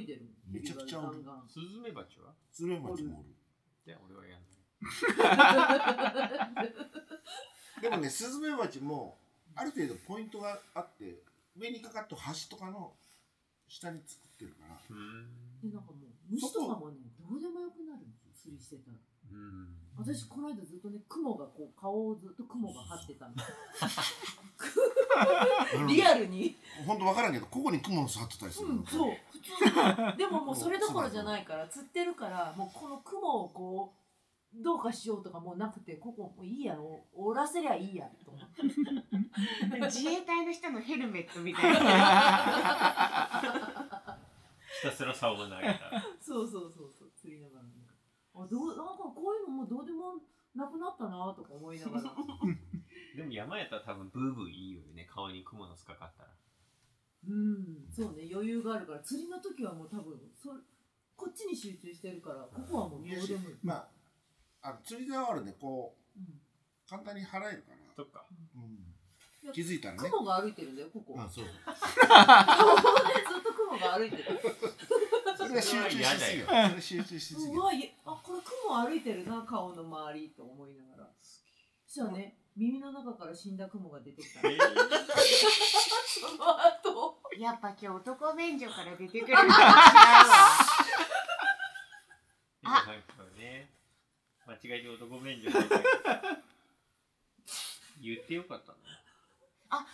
E: 泳いでる
D: めちゃくちゃ
E: ヘ
D: おる
E: ビがガン
A: スズメバチは
D: スズメバチもおる
A: じゃあ俺はやんない。
E: ガン
D: でもねスズメバチもある程度ポイントがあって上にかかった橋とかの下に作ってるから
A: うん
E: でなんかもう虫とかもねどうでもよくなるんですよ釣りしてたら
A: うん
E: 私この間ずっとね雲がこう顔をずっと雲が張ってたの
D: あのね
E: リアルに
D: ほんと分からんけどここに雲の巣張ってたりする
E: う
D: の
E: んそう普通でももうそれどころじゃないから釣ってるからもうこの雲をこうどうかしようとかもうなくてここもういいやろ折らせりゃいいやと思って
C: 自衛隊の人のヘルメットみたい な
A: ひたすら竿を投げ た。
E: そうそうそうそう釣りながらねあどうなんかこういうのもどうでもなくなったなとか思いなが ら
A: でも山やったら多分ブーブーいいよね。顔に雲の巣かかったら。
E: うんそうね余裕があるから釣りの時はもう多分そこっちに集中してるからここはもうどうでもいい、
D: まああの釣り竿あるねこ
E: うん
D: う簡単に払えるから、
A: そっか。
D: うん気づいたらね
E: 雲が歩いてるんだよ、ここ。
D: あそう
E: ずっと雲が歩いてる。
D: それが集中しすぎよ
A: そ
D: それ集中しすぎ
E: う
D: よ
E: わ、いえあ、これ雲歩いてるな、顔の周りと思いながら。そしたらね、耳の中から死んだ雲が出 てきた。
A: え
E: その 後、
C: やっぱ今日男便所から出てくるのは違うわ
A: ー、なんかね、間違えて男便所に入った言ってよかったな。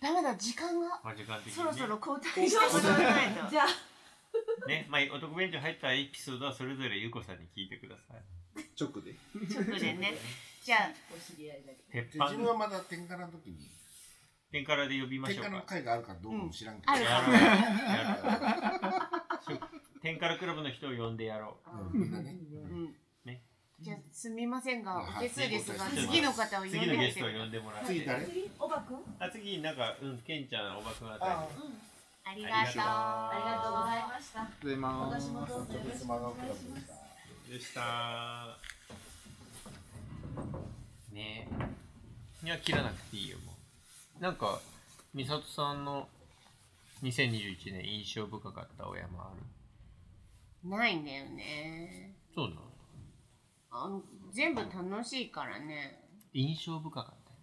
C: ダメだ時間が
A: まあ時間的に、ね。
C: そろそろ交 代してもらわないと
E: じゃあ、
A: ね、まあ、男便所入ったエピソードはそれぞれゆうこさんに聞いてください。
B: 直で。
C: 直でねじゃあ
E: お知り合いだけ
A: 鉄
D: で
A: 板
D: 自分はまだ天下の時に
A: 天からで呼びまし
D: 天
A: ょう
D: 下の
A: か。
D: 会があるかどうかも知らんけど、
C: ある
A: や
C: か
A: ろう
C: も
A: や ろう天からクラブの人を呼んでやろう。
D: うんみんなね
C: うん
A: ね
C: じゃあすみませんがお手数ですが
D: はい
C: 次の方を呼んで
A: 次のゲストを
C: あ
A: 呼んでもらって。
D: 次誰
E: 次、おばくん。
A: あ次なんかうんケンちゃんおばくんあたり
D: あ
C: りがとう
E: ありがとうございました。
B: おはようございます
E: 私もどうぞよろしくお願いします。
A: でしたねえいや切らなくていいよもうなんか美里さんの2021年印象深かったお山ある
C: ないんだよね
A: そうなの
C: あの全部楽しいからね
A: 印象深かったよ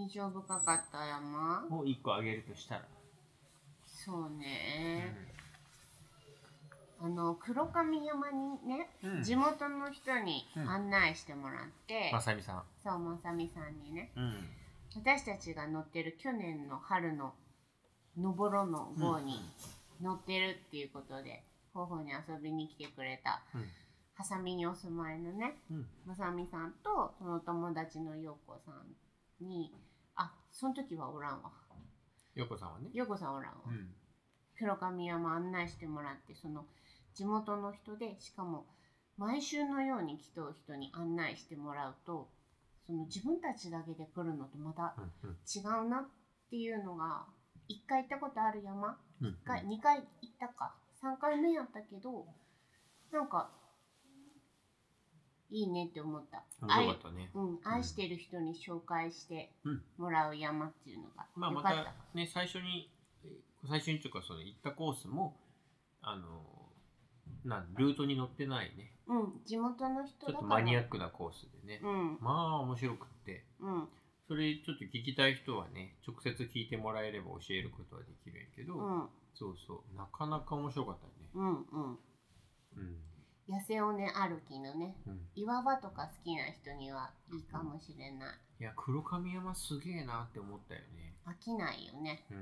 C: 印象深かった山
A: もう一個あげるとしたら、
C: そうねあの黒神山にね
A: うん
C: 地元の人に
A: うん
C: 案内してもらって、
A: まさみさん
C: そうまさみさんにね
A: うん
C: 私たちが乗ってる去年の春の「のぼろ」の号に乗ってるっていうことで方々に遊びに来てくれた
A: うん
C: ハサミにお住まいのね
A: うん
C: まさみさんとその友達のようこさんにあその時はおらんわ
A: よこさんはね
C: ようこさんおらんわ、
A: うん
C: 黒神山案内してもらってその地元の人でしかも毎週のように来とう人に案内してもらうとその自分たちだけで来るのとまた
A: うんうん
C: 違うなっていうのが1回行ったことある山
A: うん
C: 1回2回行ったか3回目やったけどなんかいいねって思った
A: 面白か
C: 愛
A: っ,、たね
C: うん、愛してる人に紹介して
A: うん
C: もらう山っていうのが
A: まあ、
C: よ
A: ま
C: かった、
A: たね最初にえー最初にというかその行ったコースもあのなんルートに乗ってないね
C: うん地元の人
A: ちょっ
C: だから
A: とマニアックなコースでね、
C: うん
A: まあ面白くって
C: うん
A: それちょっと聞きたい人はね直接聞いてもらえれば教えることはできるんやけど、
C: うん
A: そうそうなかなか面白かったよね
C: うんうん野生をね歩きのね
A: うん、うん、
C: 岩場とか好きな人にはいいかもしれない
A: いや黒神山すげえなって思ったよね
C: 飽きないよね
A: う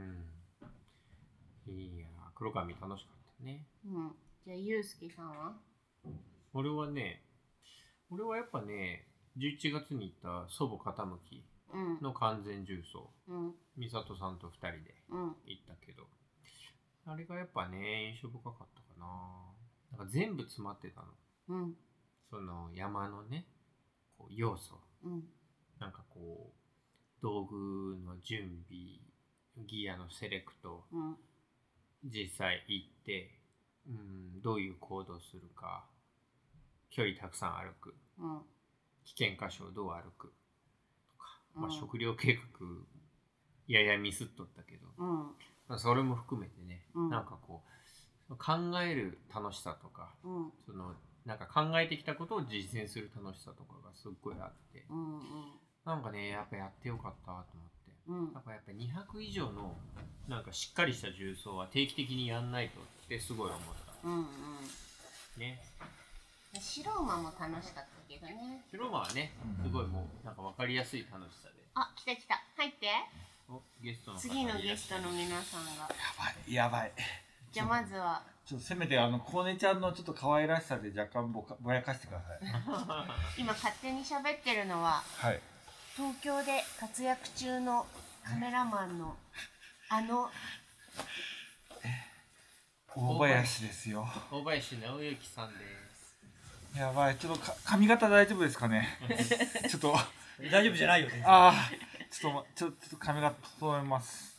A: んいや黒神楽しかったね
C: うんじゃあゆうすけさんは
A: 俺はね俺はやっぱね11月に行った祖母傾き
C: うん
A: の完全重曹
C: うん
A: 美里さんと2人で
C: うん
A: 行ったけどあれがやっぱね印象深かったか
B: な
A: なんか全部詰まってたの
C: うん
A: その山のねこう要素
C: うん
A: なんかこう道具の準備ギアのセレクト
C: うん
A: 実際行って、うん、どういう行動するか距離たくさん歩く
C: うん
A: 危険箇所をどう歩くとか、ま
C: う
A: あ、
C: ん
A: 食料計画ややミスっとったけど、
C: うん
A: まあ、それも含めてね、
C: うん
A: なんかこう考える楽しさとか
C: うん
A: そのなんか考えてきたことを実践する楽しさとかがすっごいあって
C: うん
A: なんかねやっぱやってよかったと思って
C: うん
A: なんかやっぱ200以上のなんかしっかりした重曹は定期的にやんないとってすごい思った
C: うんうん
A: ね
C: 白馬も楽しかったけどね
A: 白馬はねすごいもうなんか分かりやすい楽しさで
C: あ来た来た入って
A: おゲストの方
C: 次の
A: いら
C: ゲ
A: っ
C: ス
A: しゃ
C: ト
A: い
C: の皆さんが
F: いやばい
C: じゃあまずは
F: ちょっとせめてあのコウネちゃんのちょっと可愛らしさで若干ぼかぼやかしてください
C: 今勝手に喋ってるのは
F: はい
C: 東京で活躍中のカメラマンのあの
F: 大林ですよ
A: 大林直之さんです
F: やばいちょっとか髪型大丈夫ですかねちょっとあ
G: 大丈夫じゃないよね。
F: あーちょっとまちょちょっと髪型整えます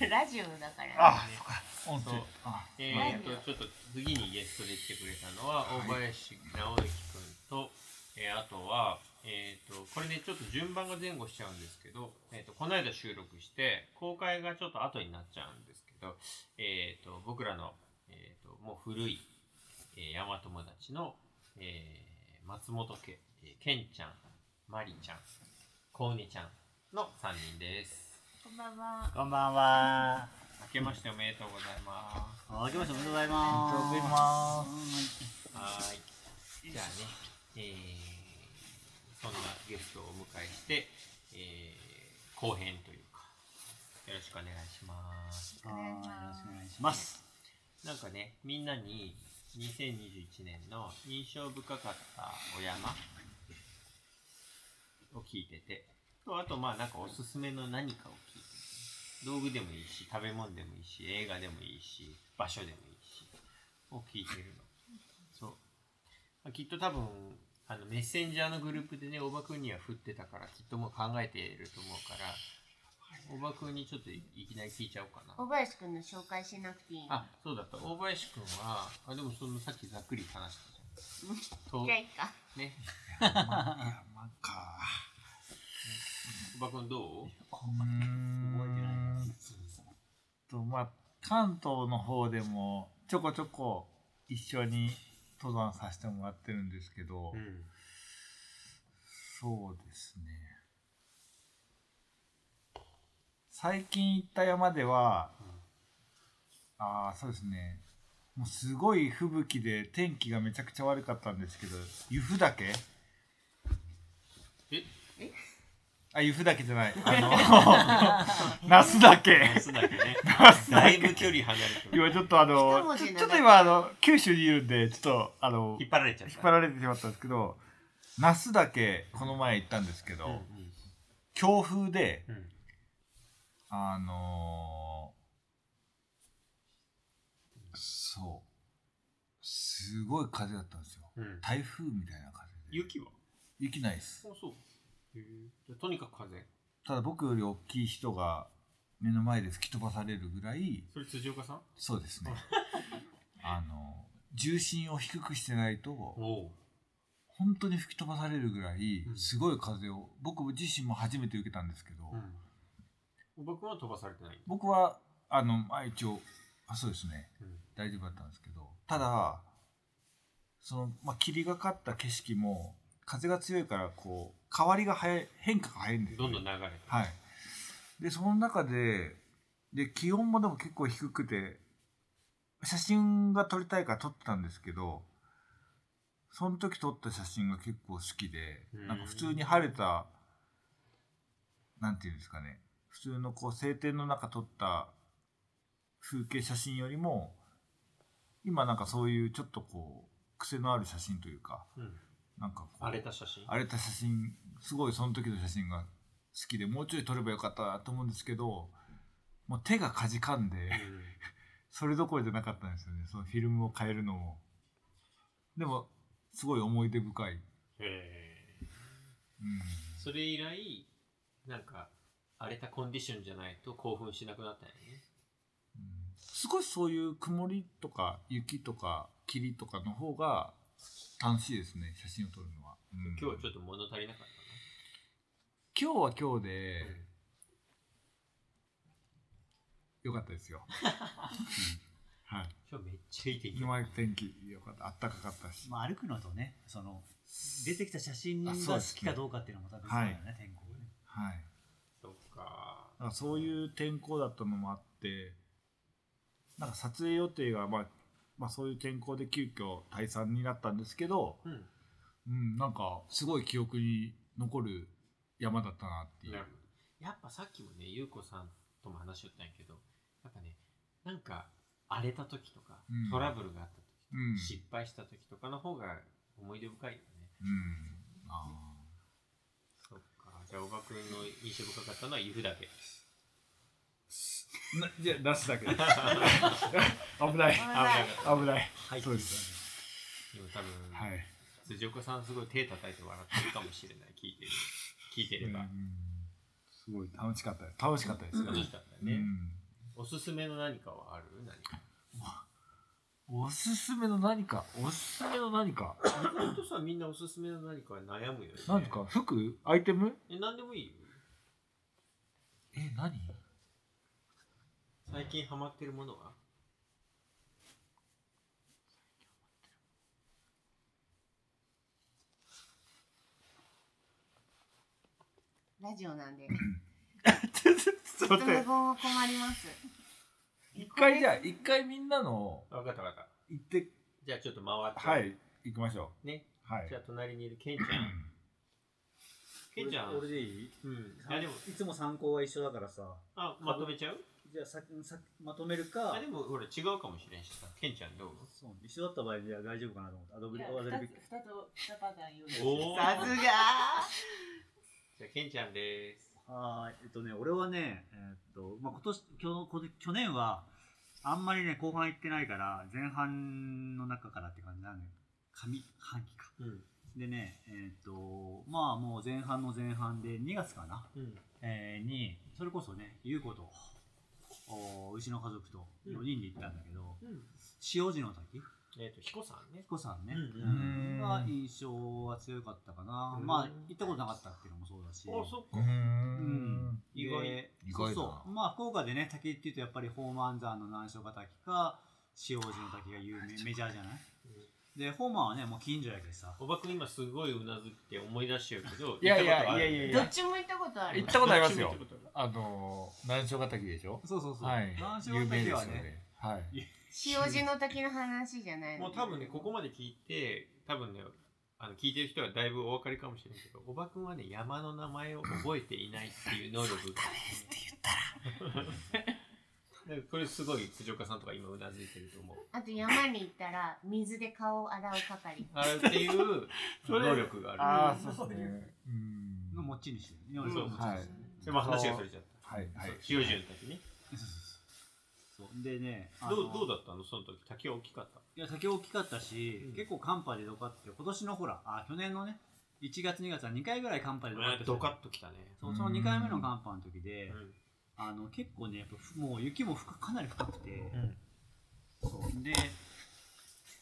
A: ね
C: ラジオだから
F: あーそっか音声
A: そう
F: あ
A: えー、とちょっと次にゲストで来てくれたのは大林直之君と、えーあとは、えー、とこれねちょっと順番が前後しちゃうんですけど、えー、とこの間収録して公開がちょっと後になっちゃうんですけど、えー、と僕らの、えー、ともう古い、えー、山友達の、えー松本家、えー、けんちゃんまりちゃんこうねちゃんの3人です
C: こんばんは
G: こんばんは。
A: 明けましておめでとうございます
G: あ、明けましておめでとうござい
F: あお
G: ます。
F: はようございます
A: はーい。じゃあね、えー、そんなゲストをお迎えして、えー、後編というか、よろしくお願いします。
G: はいよろしくお願いします。
A: なんかね、みんなに2021年の印象深かったお山を聞いてて、とあとまあなんかおすすめの何かを聞いてて、道具でもいいし、食べ物でもいいし、映画でもいいし、場所でもいいし、を聞いてるの。そう。まあきっと多分、あのメッセンジャーのグループでね、大場君には振ってたから、きっともう考えていると思うから、大場君にちょっといいきなり聞いちゃおうかな。
C: 小林くんの紹介しなくていいの
A: あ、そうだった。大林くんは、あ、でもそのさっきざっくり話したじゃん。
C: じゃあ
A: と、
C: いいか
A: ね、
F: なんか
A: おばくんどう
F: 覚えてないとまあ関東の方でもちょこちょこ一緒に登山させてもらってるんですけど、
A: ん。
F: そうですね最近行った山では、ああそうですねもうすごい吹雪で天気がめちゃくちゃ悪かったんですけど由布岳
A: え
F: あ由布岳じゃないあの那須岳
A: 夏だけね。だ
F: だ
A: い
F: い
A: ぶ
F: ぶ
A: 距離離れてる。
F: 今ちょっとあ
C: 一
F: の
C: 文
F: ち
C: 字
F: ょ
C: の
F: ちょっと今あの九州にいるんでちょっとあの
A: 引
F: 引
A: っ張られちゃった。
F: っ張られてしまったんですけど那須だけこの前行ったんですけど、強風で
A: うん。うん。
F: あのーそうすごい風だったんですよ
A: うん。
F: 台風みたいな風で
A: 雪は
F: 雪ないです
A: そうそう。へえとにかく風。
F: ただ僕より大きい人が目の前で吹き飛ばされるぐらい
A: それ辻岡さん
F: そうで すねあの重心を低くしてないと、
A: お
F: 本当に吹き飛ばされるぐらい
A: うん
F: すごい風を、僕自身も初めて受けたんですけど、
A: うん。おばくんは飛ばされてない。
F: 僕はあの、まあ、一応あそうですね
A: うん。
F: 大丈夫だったんですけどただその、まあ、霧がかった景色も風が強いからこう変わりが早い変化が早いんですよ
A: どんどん流れて。
F: はいでその中でで気温もでも結構低くて写真が撮りたいから撮ってたんですけどその時撮った写真が結構好きで
A: うん
F: なんか普通に晴れたなんていうんですかね普通のこう晴天の中撮った風景写真よりも今なんかそういうちょっとこう癖のある写真というか
A: うん。
F: なんかこう
A: 荒れた写真。
F: 荒れた写真すごいその時の写真が好きでもうちょい撮ればよかったなと思うんですけどもう手がかじかんで
A: うん。
F: それどころじゃなかったんですよねそのフィルムを変えるのもでもすごい思い出深い、うん、
A: へえそれ以来なんか荒れたコンディションじゃないと興奮しなくなったよね
F: うん少しそういう曇りとか雪とか霧とかの方が楽しいですね写真を撮るのは、うん
A: 今日ちょっと物足りなかっ
F: 今日は今日
A: たな、
F: で良かったで すようんはい
A: 今日めっちゃいい天気
F: うまい天気良かったあったかかったし、
G: まあ、歩くのとね、その、出てきた写真が
F: あそう
G: 好
F: ですね
G: きかどうかっていうのも多分そうだよね、天候がね。
F: はい
A: そっか
F: なんかそういう天候だったのもあってなんか撮影予定が、まあ、まあそういう天候で急遽退散になったんですけど、
A: うん
F: うん、なんかすごい記憶に残る山だったなっていう、
A: なるほどやっぱさっきもねゆうこさんとも話しよったんやけどやっぱねなんか荒れた時とか、
F: うん
A: トラブルがあった時とか、
F: うん
A: 失敗した時とかの方が思い出深いよね
F: うんあー
A: そっかじゃあ小川君の印象深かったのは由布だけ
F: なじゃあなしだけど 危ない
A: 危なかった
F: 危ない
G: はい、
F: そうです
A: でも多分、
F: はい
A: 辻岡さんすごい手叩いて笑ってるかもしれない聞いてる聞いてれば、
F: うんすごい楽しかったです楽しかったですよ
A: 楽しかった
F: う
A: ね、
F: ん
A: おすすめの何かはある何 か
F: おすすめの何かおすすめの何か
A: ほんとさみんなおすすめの何かは悩むよね
F: 何ですか服アイテム
A: え何でもいいよ
F: え何
A: 最近ハマってるものは
C: ラジオなんで
F: ちょっと
C: と
F: 待っ
C: 無
F: て
C: 言は困ります
F: 一回じゃあ一回みんなの
A: 分かった分かった
F: 行って
A: じゃあちょっと回って、
F: はい行きましょ
A: ね
F: うはい
A: じゃあ隣にいるケンちゃんケンちゃん
G: 俺でいい
A: うんいやでも
G: いつも参考は一緒だからさ。
A: あまとめちゃう
G: じゃあささまとめる
A: あ
G: か
A: で、もほら違うかもしれんしさケンちゃんどう
G: そう一緒だった場合じゃあ大丈夫かなと思って、アド
H: い
G: ビ
H: や
G: アド
H: 二
G: ビ
H: つ二つ二パターン言うの
A: おお
C: さすが
A: じゃあケンちゃんです
G: はーいえっとね、俺はね、えーっと、まあ、今年、今日、去年は、あんまりね、後半行ってないから、前半の中からって感じなのよ。上半期か。
A: うん
G: でね、えーっと、まあもう前半の前半で、2月かな、
A: うん
G: えーに、それこそね、優子と、おうちの家族と4人で行ったんだけど、
A: うん
G: 塩路の滝
A: えっ、と彦さんね
G: 彦さんね、
A: うん
F: うん
G: が印象は強かったかな、
A: うん
G: まあ行ったことなかったっていうのもそうだし、
A: あそっか、
G: うん
F: ん、
A: 意外
G: で
F: 意外だな
G: そうそうまあ福岡でね滝っていうとやっぱり宝満山の南昇ヶ滝か塩路の滝が有名メジャーじゃないで宝満はねもう近所やけどさ
A: おばくん今すごいうなずって思い出してるけど
F: いやいやいやいやい
A: い
C: ど
F: や
C: っちも行ったことある
F: 行ったことあります
A: ど
F: よ
A: っちも行ったこと
F: あのー南昇ヶ滝でしょ
G: そうそうそう、
F: はい
G: 南昇
F: 有名です
G: 滝
F: よ
G: はね
F: ねはい
C: 塩路の滝の話じゃないの
A: もう多分ねここまで聞いて多分ねあの聞いてる人はだいぶお分かりかもしれないけどおばくんはね山の名前を覚えていないっていう能力がダメって言ったらこれすごい辻岡さんとか今うなずいてると思う
C: あと山に行ったら水で顔を洗う係
A: あれっていう 能力があ
F: ああそうですねうん
G: の持ち主だよ
A: うん
G: ねそう持ち主
F: はい
A: るでも話がそれちゃっ
F: はい
A: た、
F: はい
A: 塩潤の時ね
G: そうでねあの
A: どうどうだったのその時滝は大きかった
G: いや滝大きかったし、
A: うん
G: 結構寒波でどかって今年のほらあ去年のね1月2月は2回ぐらい寒波でどかって
A: ドカッときたね
G: そうその2回目の寒波の時で、
A: うん
G: あの結構ねやっぱふもう雪も深かなり深くて、
A: ん
G: そうで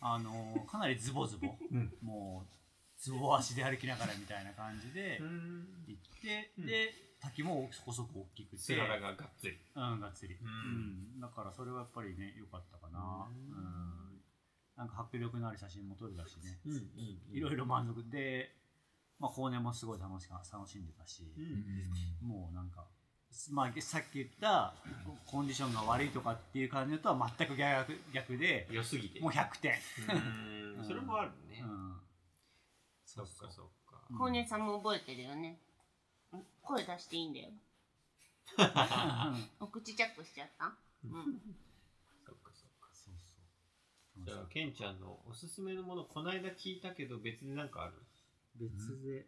G: あのかなりズボズボ、
A: うん
G: もうズボ足で歩きながらみたいな感じで
A: うん
G: 行って、
A: うん
G: で滝もそこそこ大きく
A: ス
G: て
A: ララががっつり
G: うんがっつり、
A: うん
G: うんだからそれはやっぱりね良かったかな、
A: うん
G: うんなんか迫力のある写真も撮れたしね、
A: うんうん
G: いろいろ満足で、まあ、後年もすごい楽しか楽しんでたし、もうなんか、まあ、さっき言ったコンディションが悪いとかっていう感じとは全く逆逆で
A: 良すぎて
G: もう100点、
A: うーんそれもあるね、
G: うん、
A: そっか
G: う
A: そっか
C: 高根さんも覚えてるよねん声出していいんだよ
G: うん
C: お口チャックしちゃったうん
A: そっかそっか
G: そうそう
A: じゃあケンちゃんのおすすめのものこないだ聞いたけど別になんかある
G: 別で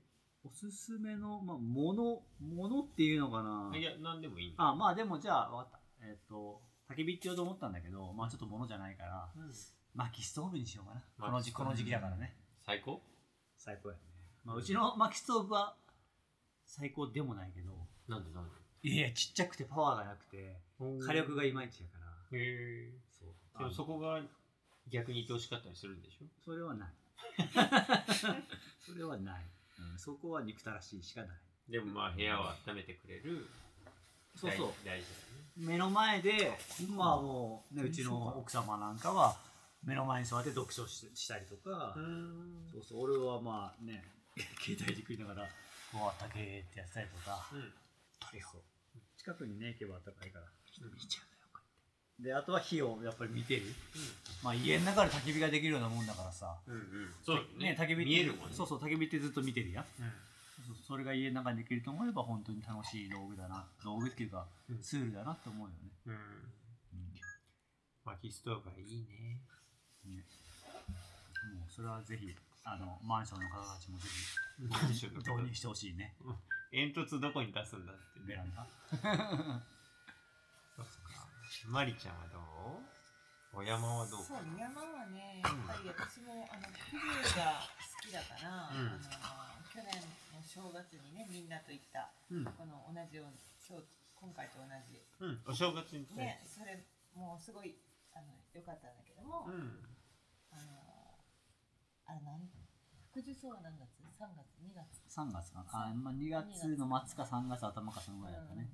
G: おすすめの、まあ、ものものっていうのかな
A: あいや何でもいいんだ
G: あまあでもじゃあ分かったえっ、と焚き火って言おうと思ったんだけど、まあちょっと物じゃないから、薪ストーブにしようかな。この
A: 薪
G: 時
A: スト
G: こ
A: ーブ
G: の時期だからね。
A: 最高
G: 最高やね。まあうちの薪ストーブは最高でもないけど、
A: なんでなんで
G: いや、ちっちゃくてパワーがなくて、火力がいまいちやから。
A: へえ
G: そう。
A: でもそこが逆に愛おしかったりするんでしょ
G: それはない。それはない、うんそこは憎たらしいしかない。
A: でもまあ部屋を温めてくれる
G: そうそう。
A: 大事
G: 目の前で、まあもう、ね、うちの奥様なんかは、目の前に座って読書ししたりとか、
A: だよねうん
G: そうそう、俺はまあね、 携帯で食いながら、うわ、たけーってやってたりとか、鳥を。近くにね、行けば暖かいから、見ちゃうよ、こうやってで、あとは火をやっぱり見てる。まあ家の中で焚き火ができるようなもんだからさ、
A: うんうんそうだよ
G: ね、焚き火って
A: 見えるもんね
G: そうそう、焚き火ってずっと見てるやん。
A: うん
G: そうそうそれが家の中にできると思えば本当に楽しい道具だな道具っていうか
A: うん
G: ツールだなって思うよね、
A: うん薪ストーブがいいね
G: ねもうそれはぜひあのマンションの方たちもぜ
A: 何でしょう
G: ひ導入してほしいね
A: 煙突どこに出すんだって
G: ベランダ
A: そうかマリちゃんはどうお山はどう
H: そう山はねやっぱり私もあの風情が好きだから、
A: うん
H: あの去年の正月にねみんなと行った
A: うん
H: この同じように今日今回と同じ
A: うんお正月に行ったや
H: ねそれもすごいあの良かったんだけども、
A: つうん
H: あのあれ何福寿草は何月 ?3 月 ?2 月
G: 3月かなあ、まあ、2月の末か3月頭かそのぐらいだったね、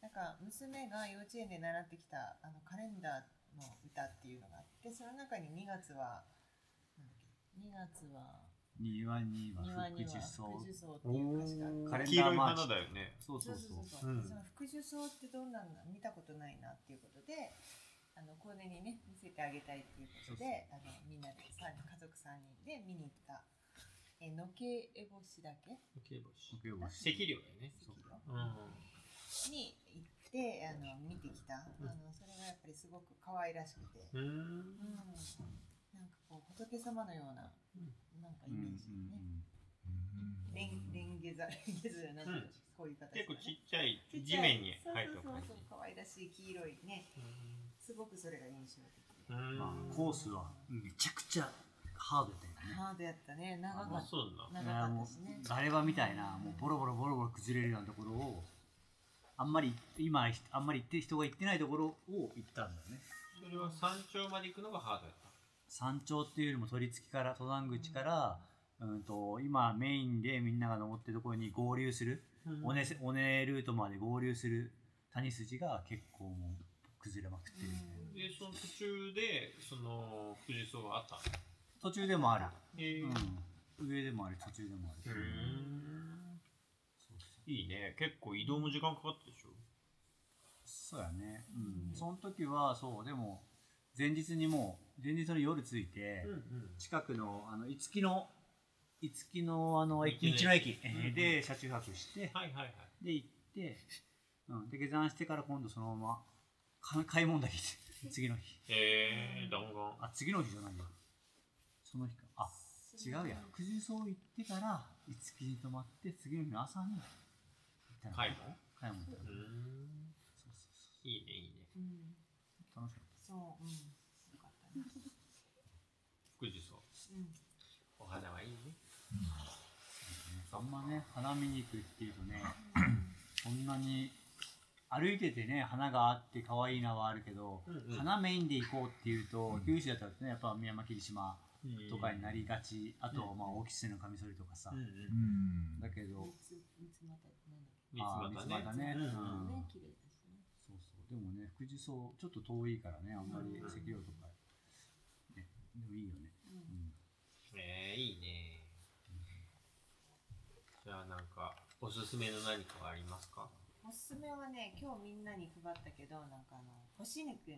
H: なんか娘が幼稚園で習ってきたあのカレンダーの歌っていうのがあってその中に2月はなんだっけ2月は
G: 庭には福
H: 庭に
G: 寿草
H: は福寿草っていう歌詞があって
G: カレンダー
A: 黄色い
G: マーチ
A: 花だよね
G: そう
H: そ
G: そうう
H: そ
G: そうう
H: そう、
A: うん
H: その福寿草ってどんなの見たことないなっていうことであのコーデにね見せてあげたいっていうことであのみんなでさ家族3人で見に行ったえのけえぼしだけ
A: 竹星
G: 竹星
A: 赤涼だよねうん
H: に行ってあの見てきた、あのそれがやっぱりすごく可愛らしくて、
A: うーん
H: うん、なんかこう仏様のような、なんか
G: う
H: イ
G: んうんう
H: メージね。
G: ん
H: レンレンゲザレンゲザなんていうの、こういう
A: 結
H: 形、ね、
A: 構ちっちゃい
H: ちっち
A: 地
H: ゃい
A: 面に生えた
H: そうそう
A: 感
H: そうそう可愛らしい黄色いね、すごくそれが印象的。
A: じうん
G: まあ、コースはめちゃくちゃハードだったよね
H: ハードやったね、長
A: あ
H: かっ
A: そうだ
H: た
A: な
H: 長かったしね。
G: ガレ場みたいなもうボロボロボロボロ崩れるようなところをあんまり今あんまり行って人が行ってないところを行ったんだよね
A: それは山頂まで行くのがハードやった
G: 山頂っていうよりも取り付きから登山口から、うん、と今メインでみんなが登ってるところに合流する尾根、尾根ルートまで合流する谷筋が結構もう崩れまくってるみたいな、
H: うん
A: でその途中でその富士草があったの
G: 途中でもある、
A: へえ
G: うん、上でもある途中でもある、そうそう
A: いいね結構移動も時間かかったでしょ
G: そうやね、
H: う
G: うんん、その時はそうでも前日にもう前日の夜着いて、
A: ん
G: 近くのあの五木の五木のあの
A: 道の
G: 駅
A: 駅
G: 道の駅え
A: うんう
G: ー
A: ん
G: で車中泊して、
A: はいはいはい
G: で行って、うん、で下山してから今度そのままか買い物だけ で次の日
A: へえ弾丸
G: あ次の日じゃないよその日かあ違うや九十草行ってから五木に泊まって次の日の朝に行ったの
A: 買い物
G: 買い物行った
A: う
G: の
A: ん
G: そうそうそ
A: いいねいいね
H: うん、
G: う楽しかっ
H: そう、うん、よかったね。
A: 富士草
H: うん
A: お花はいいね
G: た、ね、あんまね花見に行くっていうと ねそんなに歩いててね花があって可愛いなはあるけど、
A: うんうん
G: 花メインで行こうっていうと、九州だったらねやっぱ宮間霧島とかになりがち、あと、
A: うん
G: まあ大きすのカミソリとかさ、
A: うんうん
F: うん
G: だけど
H: 三つ三つまたなんだっ
A: 三つ葉
G: あー三つ葉
A: だ
G: だ
A: ね
G: ね
A: うん
H: け
G: うん
H: ね、綺麗だしね。
G: そうそうでもね福寿草ちょっと遠いからねあんまり
A: うん
G: 赤量とか、ね、でもいいよね、
H: うん
G: うん、
A: えーいいねじゃあなんかおすすめの何かはありますか
H: おすすめはね、今日みんなに配ったけど、なんかあの干し肉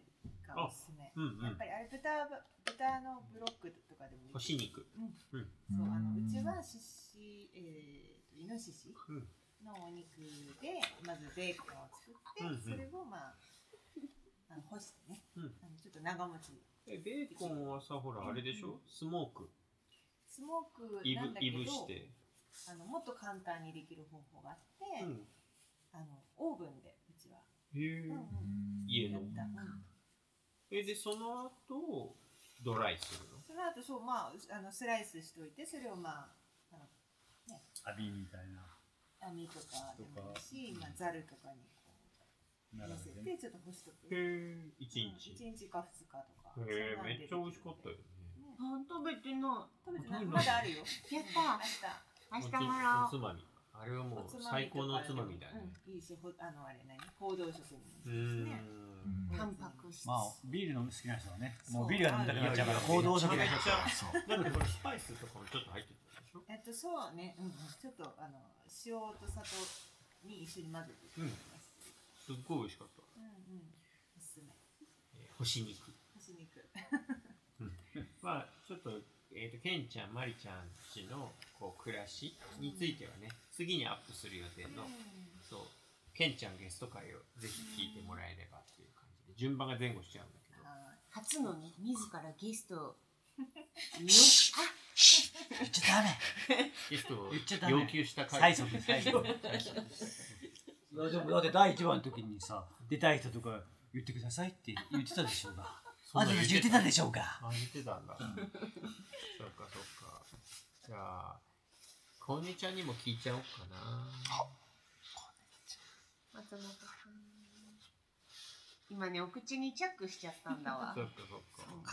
H: がおすすめ。
A: うんう
H: やっぱりあれ豚ば豚のブロックとかでもいい
A: 干し肉
H: う
A: うん
H: んそうあのうちはしし、えーと、イノシシ
A: うん
H: のお肉でまずベーコンを作って、
A: うんうん
H: それをまああの干してね、
A: うん
H: あのちょっと長持ち
A: えベーコンはさほらあれでしょスモーク
H: スモーク
A: い
H: なんだ
A: ぶ
H: け
A: い
H: ど
A: ぶして
H: あのもっと簡単にできる方法があっ
A: う
H: て、
A: ん
H: あのオーブンでうちは
A: へへえ
H: うんうん
A: 家
H: や
A: の
H: った
A: えでその後ドライするの
H: その後そうまあうあのスライスしといてそれをまああの
G: アビみたいな。
H: 網とかでもいいしまあざるとかにこう
G: な
H: 乗
G: る
H: せ
G: ほど
H: てちょっと干しとく。
A: へえ1
H: うん
A: 日
H: 一日か二日とか。そん
A: へえ
H: な
A: め
H: んで
A: っちゃ美味しかったよね
C: あ食べてな
H: 食べてないまだあるよ。
C: いやっ
H: 明
C: た明
H: 日。
A: おつ
C: 日
A: おつ
C: もらおう
A: まみあれはもう
H: おつまみと
A: 最高
H: か
A: のおつまみだね
H: うん、いいし、ほあのあれ何行動食にも
A: うー
H: いいしね。
A: ん
C: タンパク質
G: まあ、ビールの好きな人はね、も
H: そう
G: うビールが飲みたくなっちゃうから、行動食
A: め
G: で。
A: ちゃめちゃ
G: そう。
A: なんかこれスパイスとかもちょっと入ってたでしょ
H: えっとそうね、うん、ちょっとあの塩と砂糖に一緒に混ぜて
A: うん
H: ます。
A: すっごい美味しかった
H: うんうん。おすすめ。
A: えー干し肉
H: 干し肉。
A: まあちょっと,、えー、とケンちゃんマリちゃんちのこう暮らしについてはね次にアップする予定の、そうケンちゃんゲスト会をぜひ聞いてもらえればっていう感じで順番が前後しちゃうんだけど
H: はい
C: 初のね自らゲストをよ
G: 言っちゃダメ。
A: ゲストを
G: 言っちゃダメ
A: 要求した
G: 最
A: 回
G: 速で す、最速。でもだって第1話の時にさ、出たい人とか言ってくださいって言ってたでしょう が。
A: そん
G: あ
A: な
G: なた
A: の
G: たち言ってたでしょうが。
A: あ言ってたんだそっかそっかじゃあこんにちゃんにも聞いちゃおうかな
C: 松本さん今ねお口にチャックしちゃったんだわ
A: そっかそっか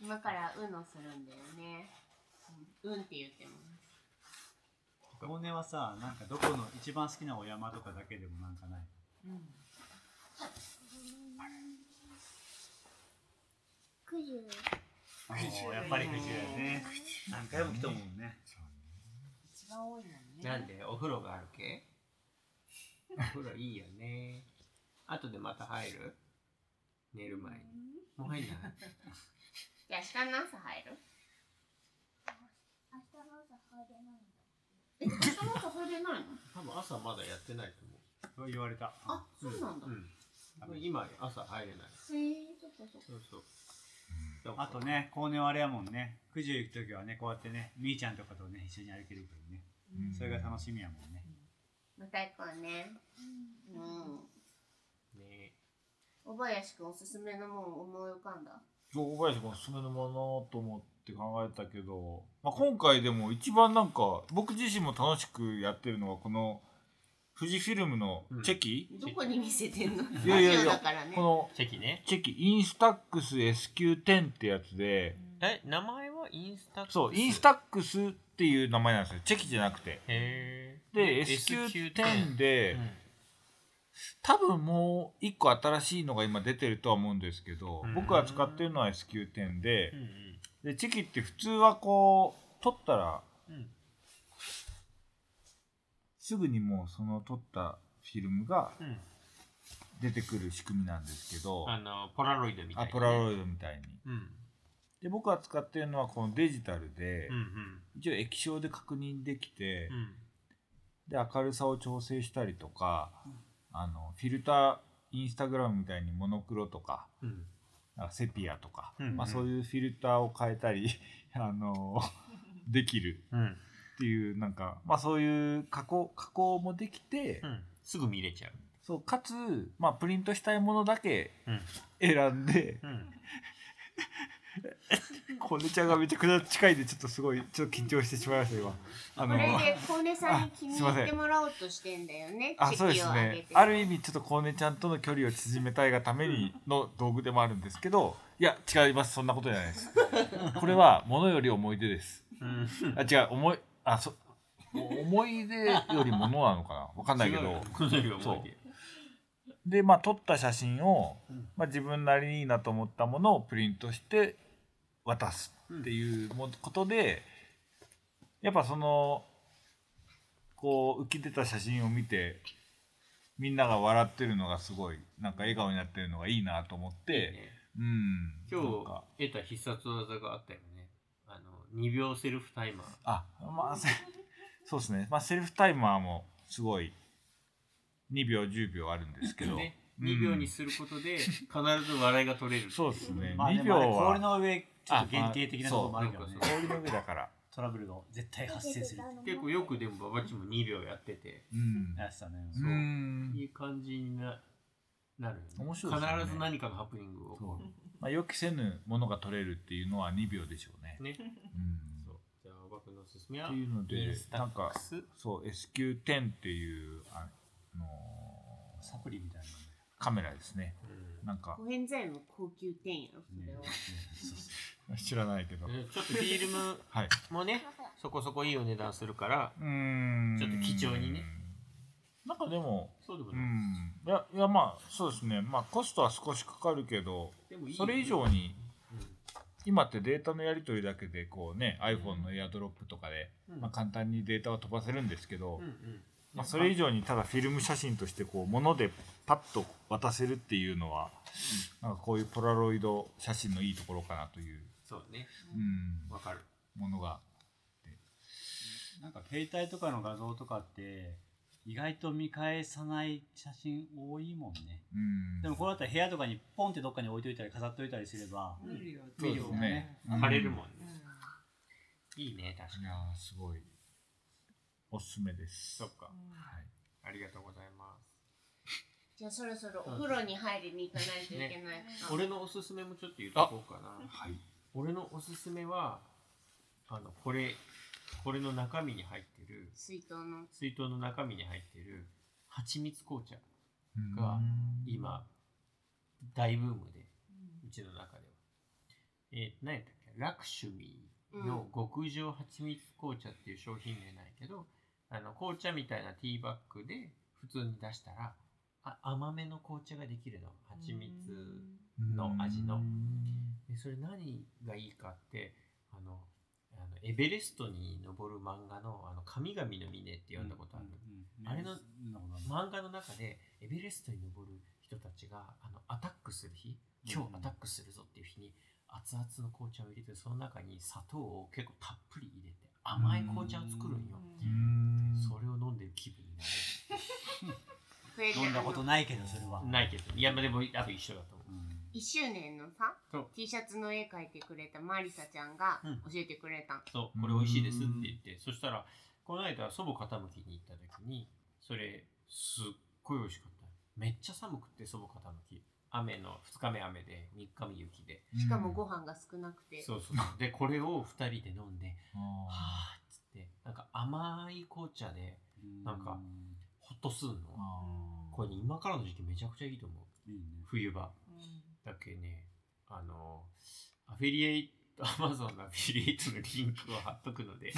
C: 今から「うん」をするんだよね「うん」って言っても
G: 小根はさ、なんかどこの一番好きなお山とかだけでもなんかない。
H: うん。
I: 九十。
G: もうやっぱり富士だよね。何回も来たもんね。
H: 一番多いもんね。
A: なんでお風呂があるけお風呂いいよね後でまた入る寝る前にもう入んない
C: じゃあ明日の朝入る
I: 明日の朝入れないんだ。
C: え明日の朝入れないの
A: 多分朝まだやってないと思う
G: そう言われた。
C: あそうなんだ、
A: うん、今朝入れない
I: ええそっかそっか。
A: そうそうだから
G: あとね、高年はあれやもんね。九十行くときはね、こうやってね、みーちゃんとかとね、一緒に歩けるからね。それが楽しみやもんね。
C: また行こうねう
I: うん。
C: ん
A: ね
C: 小林くんおすすめのもん思い浮かんだ
F: そう小林君おすすめのものと思って考えたけど、まあ、今回でも一番なんか僕自身も楽しくやってるのはこの富士フィルムのチェキ、
C: どこに見せてんの
F: いやいやいや
C: ラジオだからね
F: この
A: チェキね
F: チェキインスタックス S910 ってやつで
A: え名前はインスタ
F: そうインスタックスっていう名前なんですよチェキじゃなくて
A: へえ
F: で S910 で、
A: うん
F: 多分もう一個新しいのが今出てるとは思うんですけど、
A: うん
F: 僕が使ってるのは S910 で,、
A: うん
F: でチェキって普通はこう撮ったら
A: うんうん
F: すぐにもうその撮ったフィルムが
A: うん
F: 出てくる仕組みなんですけど、
A: あのポラロイドみたい
F: ア
A: な
F: ポラ
A: イ
F: ロイドみたいに。
A: ドうん
F: で僕が使ってるのはこのデジタルで、
A: うんうん
F: 一応液晶で確認できて、
A: うん
F: で明るさを調整したりとか、あのフィルターインスタグラムみたいにモノクロとか
A: うん
F: なんかセピアとか、
A: うんうん
F: まあ、そういうフィルターを変えたり あのできる
A: うん
F: っていうなんか、まあ、そういう加工加工もできて、
A: うんすぐ見れちゃう
F: そうかつ、まあ、プリントしたいものだけ
A: うん
F: 選んで、
A: うん
F: こねちゃんがめちゃくちゃ近いんでちょっとすごいちょっと緊張してしまいました今。あ
C: こ
F: の
C: れで小根さんに気に
F: あすいま
C: 入
F: せ
C: っ
F: ん
C: てもらおうとしてんだよね
F: あ
C: チ
F: そう
C: ェ
F: で
C: キを
F: す
C: あげ
F: ね
C: て
F: ある意味ちょっとコウネちゃんとの距離を縮めたいがためにの道具でもあるんですけどいや違いますそんなことじゃないですこれは物より思い出です
A: うん
F: あ違う思いあそ思い出より物なのかなわかんないけど
A: そういう思い
F: でまあ撮った写真を
A: うん、
F: まあ、自分なりにいいなと思ったものをプリントして渡すっていうもことでやっぱそのこう浮き出た写真を見てみんなが笑ってるのがすごいなんか笑顔になってるのがいいなと思っ
A: 出
F: てうん
A: 今
F: なんか
A: 日得た必殺技があったよねあの2秒セルフタイマー
F: あまあせそうですね、まあ、セルフタイマーもすごい2秒10秒あるんですけど、
A: ね、
F: うん
A: 2秒にすることで必ず笑いが取れる
F: そうですね
G: まあ、で
F: 2
G: もあれ
F: 秒
G: 氷
F: は
G: の上、ちょっと限定的なところもあるけどね
A: あ。まあ
F: 氷の上だから
G: トラブルが絶対発生するって
A: 結構よくでもババッチも2秒やってて
F: うん
G: やつだね。
A: そううんいい感じにななるよね
F: 面白いですよね
A: 必ず何かのハプニングが起こ
F: まあ、予期せぬものが取れるっていうのは2秒でしょうね。
A: るね
F: うん
A: そうじゃあおばくんのおすすめは
F: っていうの
A: イン
F: で
A: ス、タ
F: な
A: ッ
F: んか
A: ク、ス
F: そう、SQ10 っていう、あの
G: サプリみたい
F: ー
G: な。
F: カメラですね。
A: うん
F: なんか
C: コ、ヘンザイム高級店やろそれは、
F: 知らないけど。
A: うんちょっとフィルム
F: はい。
A: もねそこそこいいお値段するから
F: うーん。
A: ちょっと貴重にね。
F: なんかでも、
A: そうでも
F: う
A: ない、
F: ん。いや、いやまあ、そうですね。まあ、コストは少しかかるけど、
A: でもいいよ
F: それ以上に
A: うん、
F: 今ってデータのやり取りだけで、こうね、iPhone の AirDrop とかで、
A: うん
F: まあ、簡単にデータは飛ばせるんですけど、
A: うんうん
F: まあ、それ以上にただフィルム写真としてこう物でパッと渡せるっていうのはなんかこういうポラロイド写真のいいところかなという、
A: そうね
F: うん
A: わかる
F: ものが
G: なんか携帯とかの画像とかって意外と見返さない写真多いもんね。
F: うん
G: でもこれだったら部屋とかにポンってどっかに置いといたり飾っといたりすれば、
H: 見るよ
F: そうですねうん
A: 貼れるもん
H: う
A: ね、
H: ん
A: いいね確か
F: い
A: に
F: やーすごいおすすめです
A: そっか
F: はい、
A: ありがとうございます
C: じゃあそろそろお風呂に入りに行かないといけないか、
A: 俺のおすすめもちょっと言っとこうかな、
F: はい、
A: 俺のおすすめはあのこれこれの中身に入ってる
C: 水筒の
A: 水筒の中身に入ってる蜂蜜紅茶
F: うん
A: が今大ブームでうちの中ではえー、何やったっけラクシュミーの極上蜂蜜紅茶っていう商品名なんやけど、あの紅茶みたいなティーバッグで普通に出したらあ甘めの紅茶ができるの蜂蜜の味のでそれ何がいいかってあのあのエベレストに登る漫画の「あの神々の峰」って読んだことある、
G: うん
A: あれの
G: うんなるほどね
A: 漫画の中でエベレストに登る人たちがあのアタックする日今日アタックするぞっていう日に熱々の紅茶を入れてその中に砂糖を結構たっぷり入れて甘い紅茶を作るんよ
F: うん
A: それを飲んでる気分にな
C: これで
G: 飲んだことないけどそれは。
A: るないけどいやまあでも多分一緒だと思う
G: うん
C: 1周年のさ
A: そう
C: T シャツの絵描いてくれたマリサちゃんが
A: うん
C: 教えてくれた、
A: そうこれ美味しいですって言ってそしたらこの間祖母傾きに行った時にそれすっごい美味しかっためっちゃ寒くて祖母傾き雨の2日目雨で3日目雪で
C: しかもご飯が少なくて、
A: そうそうそうでこれを2人で飲んで
F: あ
A: はあっつってなんか甘い紅茶でなんかホッとすんの
F: ーあー
A: これね今からの時期めちゃくちゃいいと思う
G: いいね。
A: 冬場だけねあのアフィリエ イトアマゾンのアフィリエイトのリンクを貼っとくので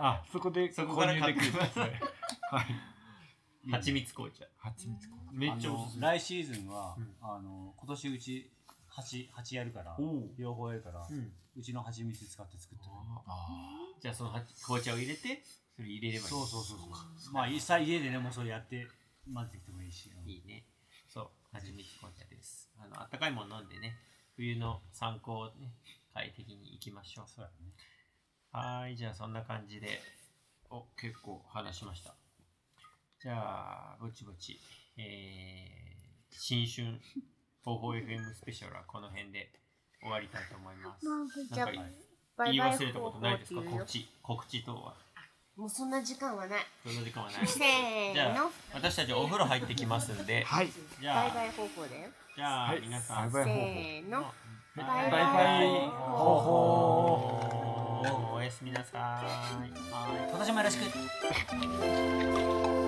F: あそこで
A: そこから
F: 購
A: 買っ
F: 入
A: て
F: でき
A: く
F: る
A: ださい
F: はい
A: 蜂蜜紅茶
F: 蜂蜜粉
A: めっちゃおすす
G: あ
A: め
G: の来シーズンは、
A: うん
G: あの今年うち蜂蜂やるから
A: おう
G: 両方やるから、う
A: うん
G: ちの蜂蜜使って作ってる
F: あ
A: じゃあその蜂紅茶を入れてそれ入れればいい
G: そうそうそうそうまあ実際家でねもうそれやって混ぜてきてもいいし
A: いいね。そう、蜂蜜紅茶です。あの、温かいもの飲んでね、冬の参考をね、快適に行きましょう。
G: そうやね
A: はーい、じゃあそんな感じで、お、結構話しました。じゃあ、ぼちぼち、えー、新春、方法 FM スペシャルはこの辺で終わりたいと思います。
C: じゃあ
A: なんか
C: バ
A: 言
C: イ
A: い
C: バイ
A: 忘れたことないですか
C: 方法
A: 告
C: っていうよ
A: 知、告知等は。
C: もうそんな時間はない
A: そんな時間はない。
C: せー
A: じゃ
C: の
A: あ、私たちお風呂入ってきますんで、
F: はい
A: じ
C: バ
A: ゃ
C: イバ
A: あ、
C: イ方法だよ
A: じゃあ、
F: はい
A: 皆さん、
F: バイ
C: せ
F: バイ方法
C: ーの
A: バ
C: イバイ
F: 方法
A: おやすみなさい。
G: はい今年もよろしく
F: バイバイ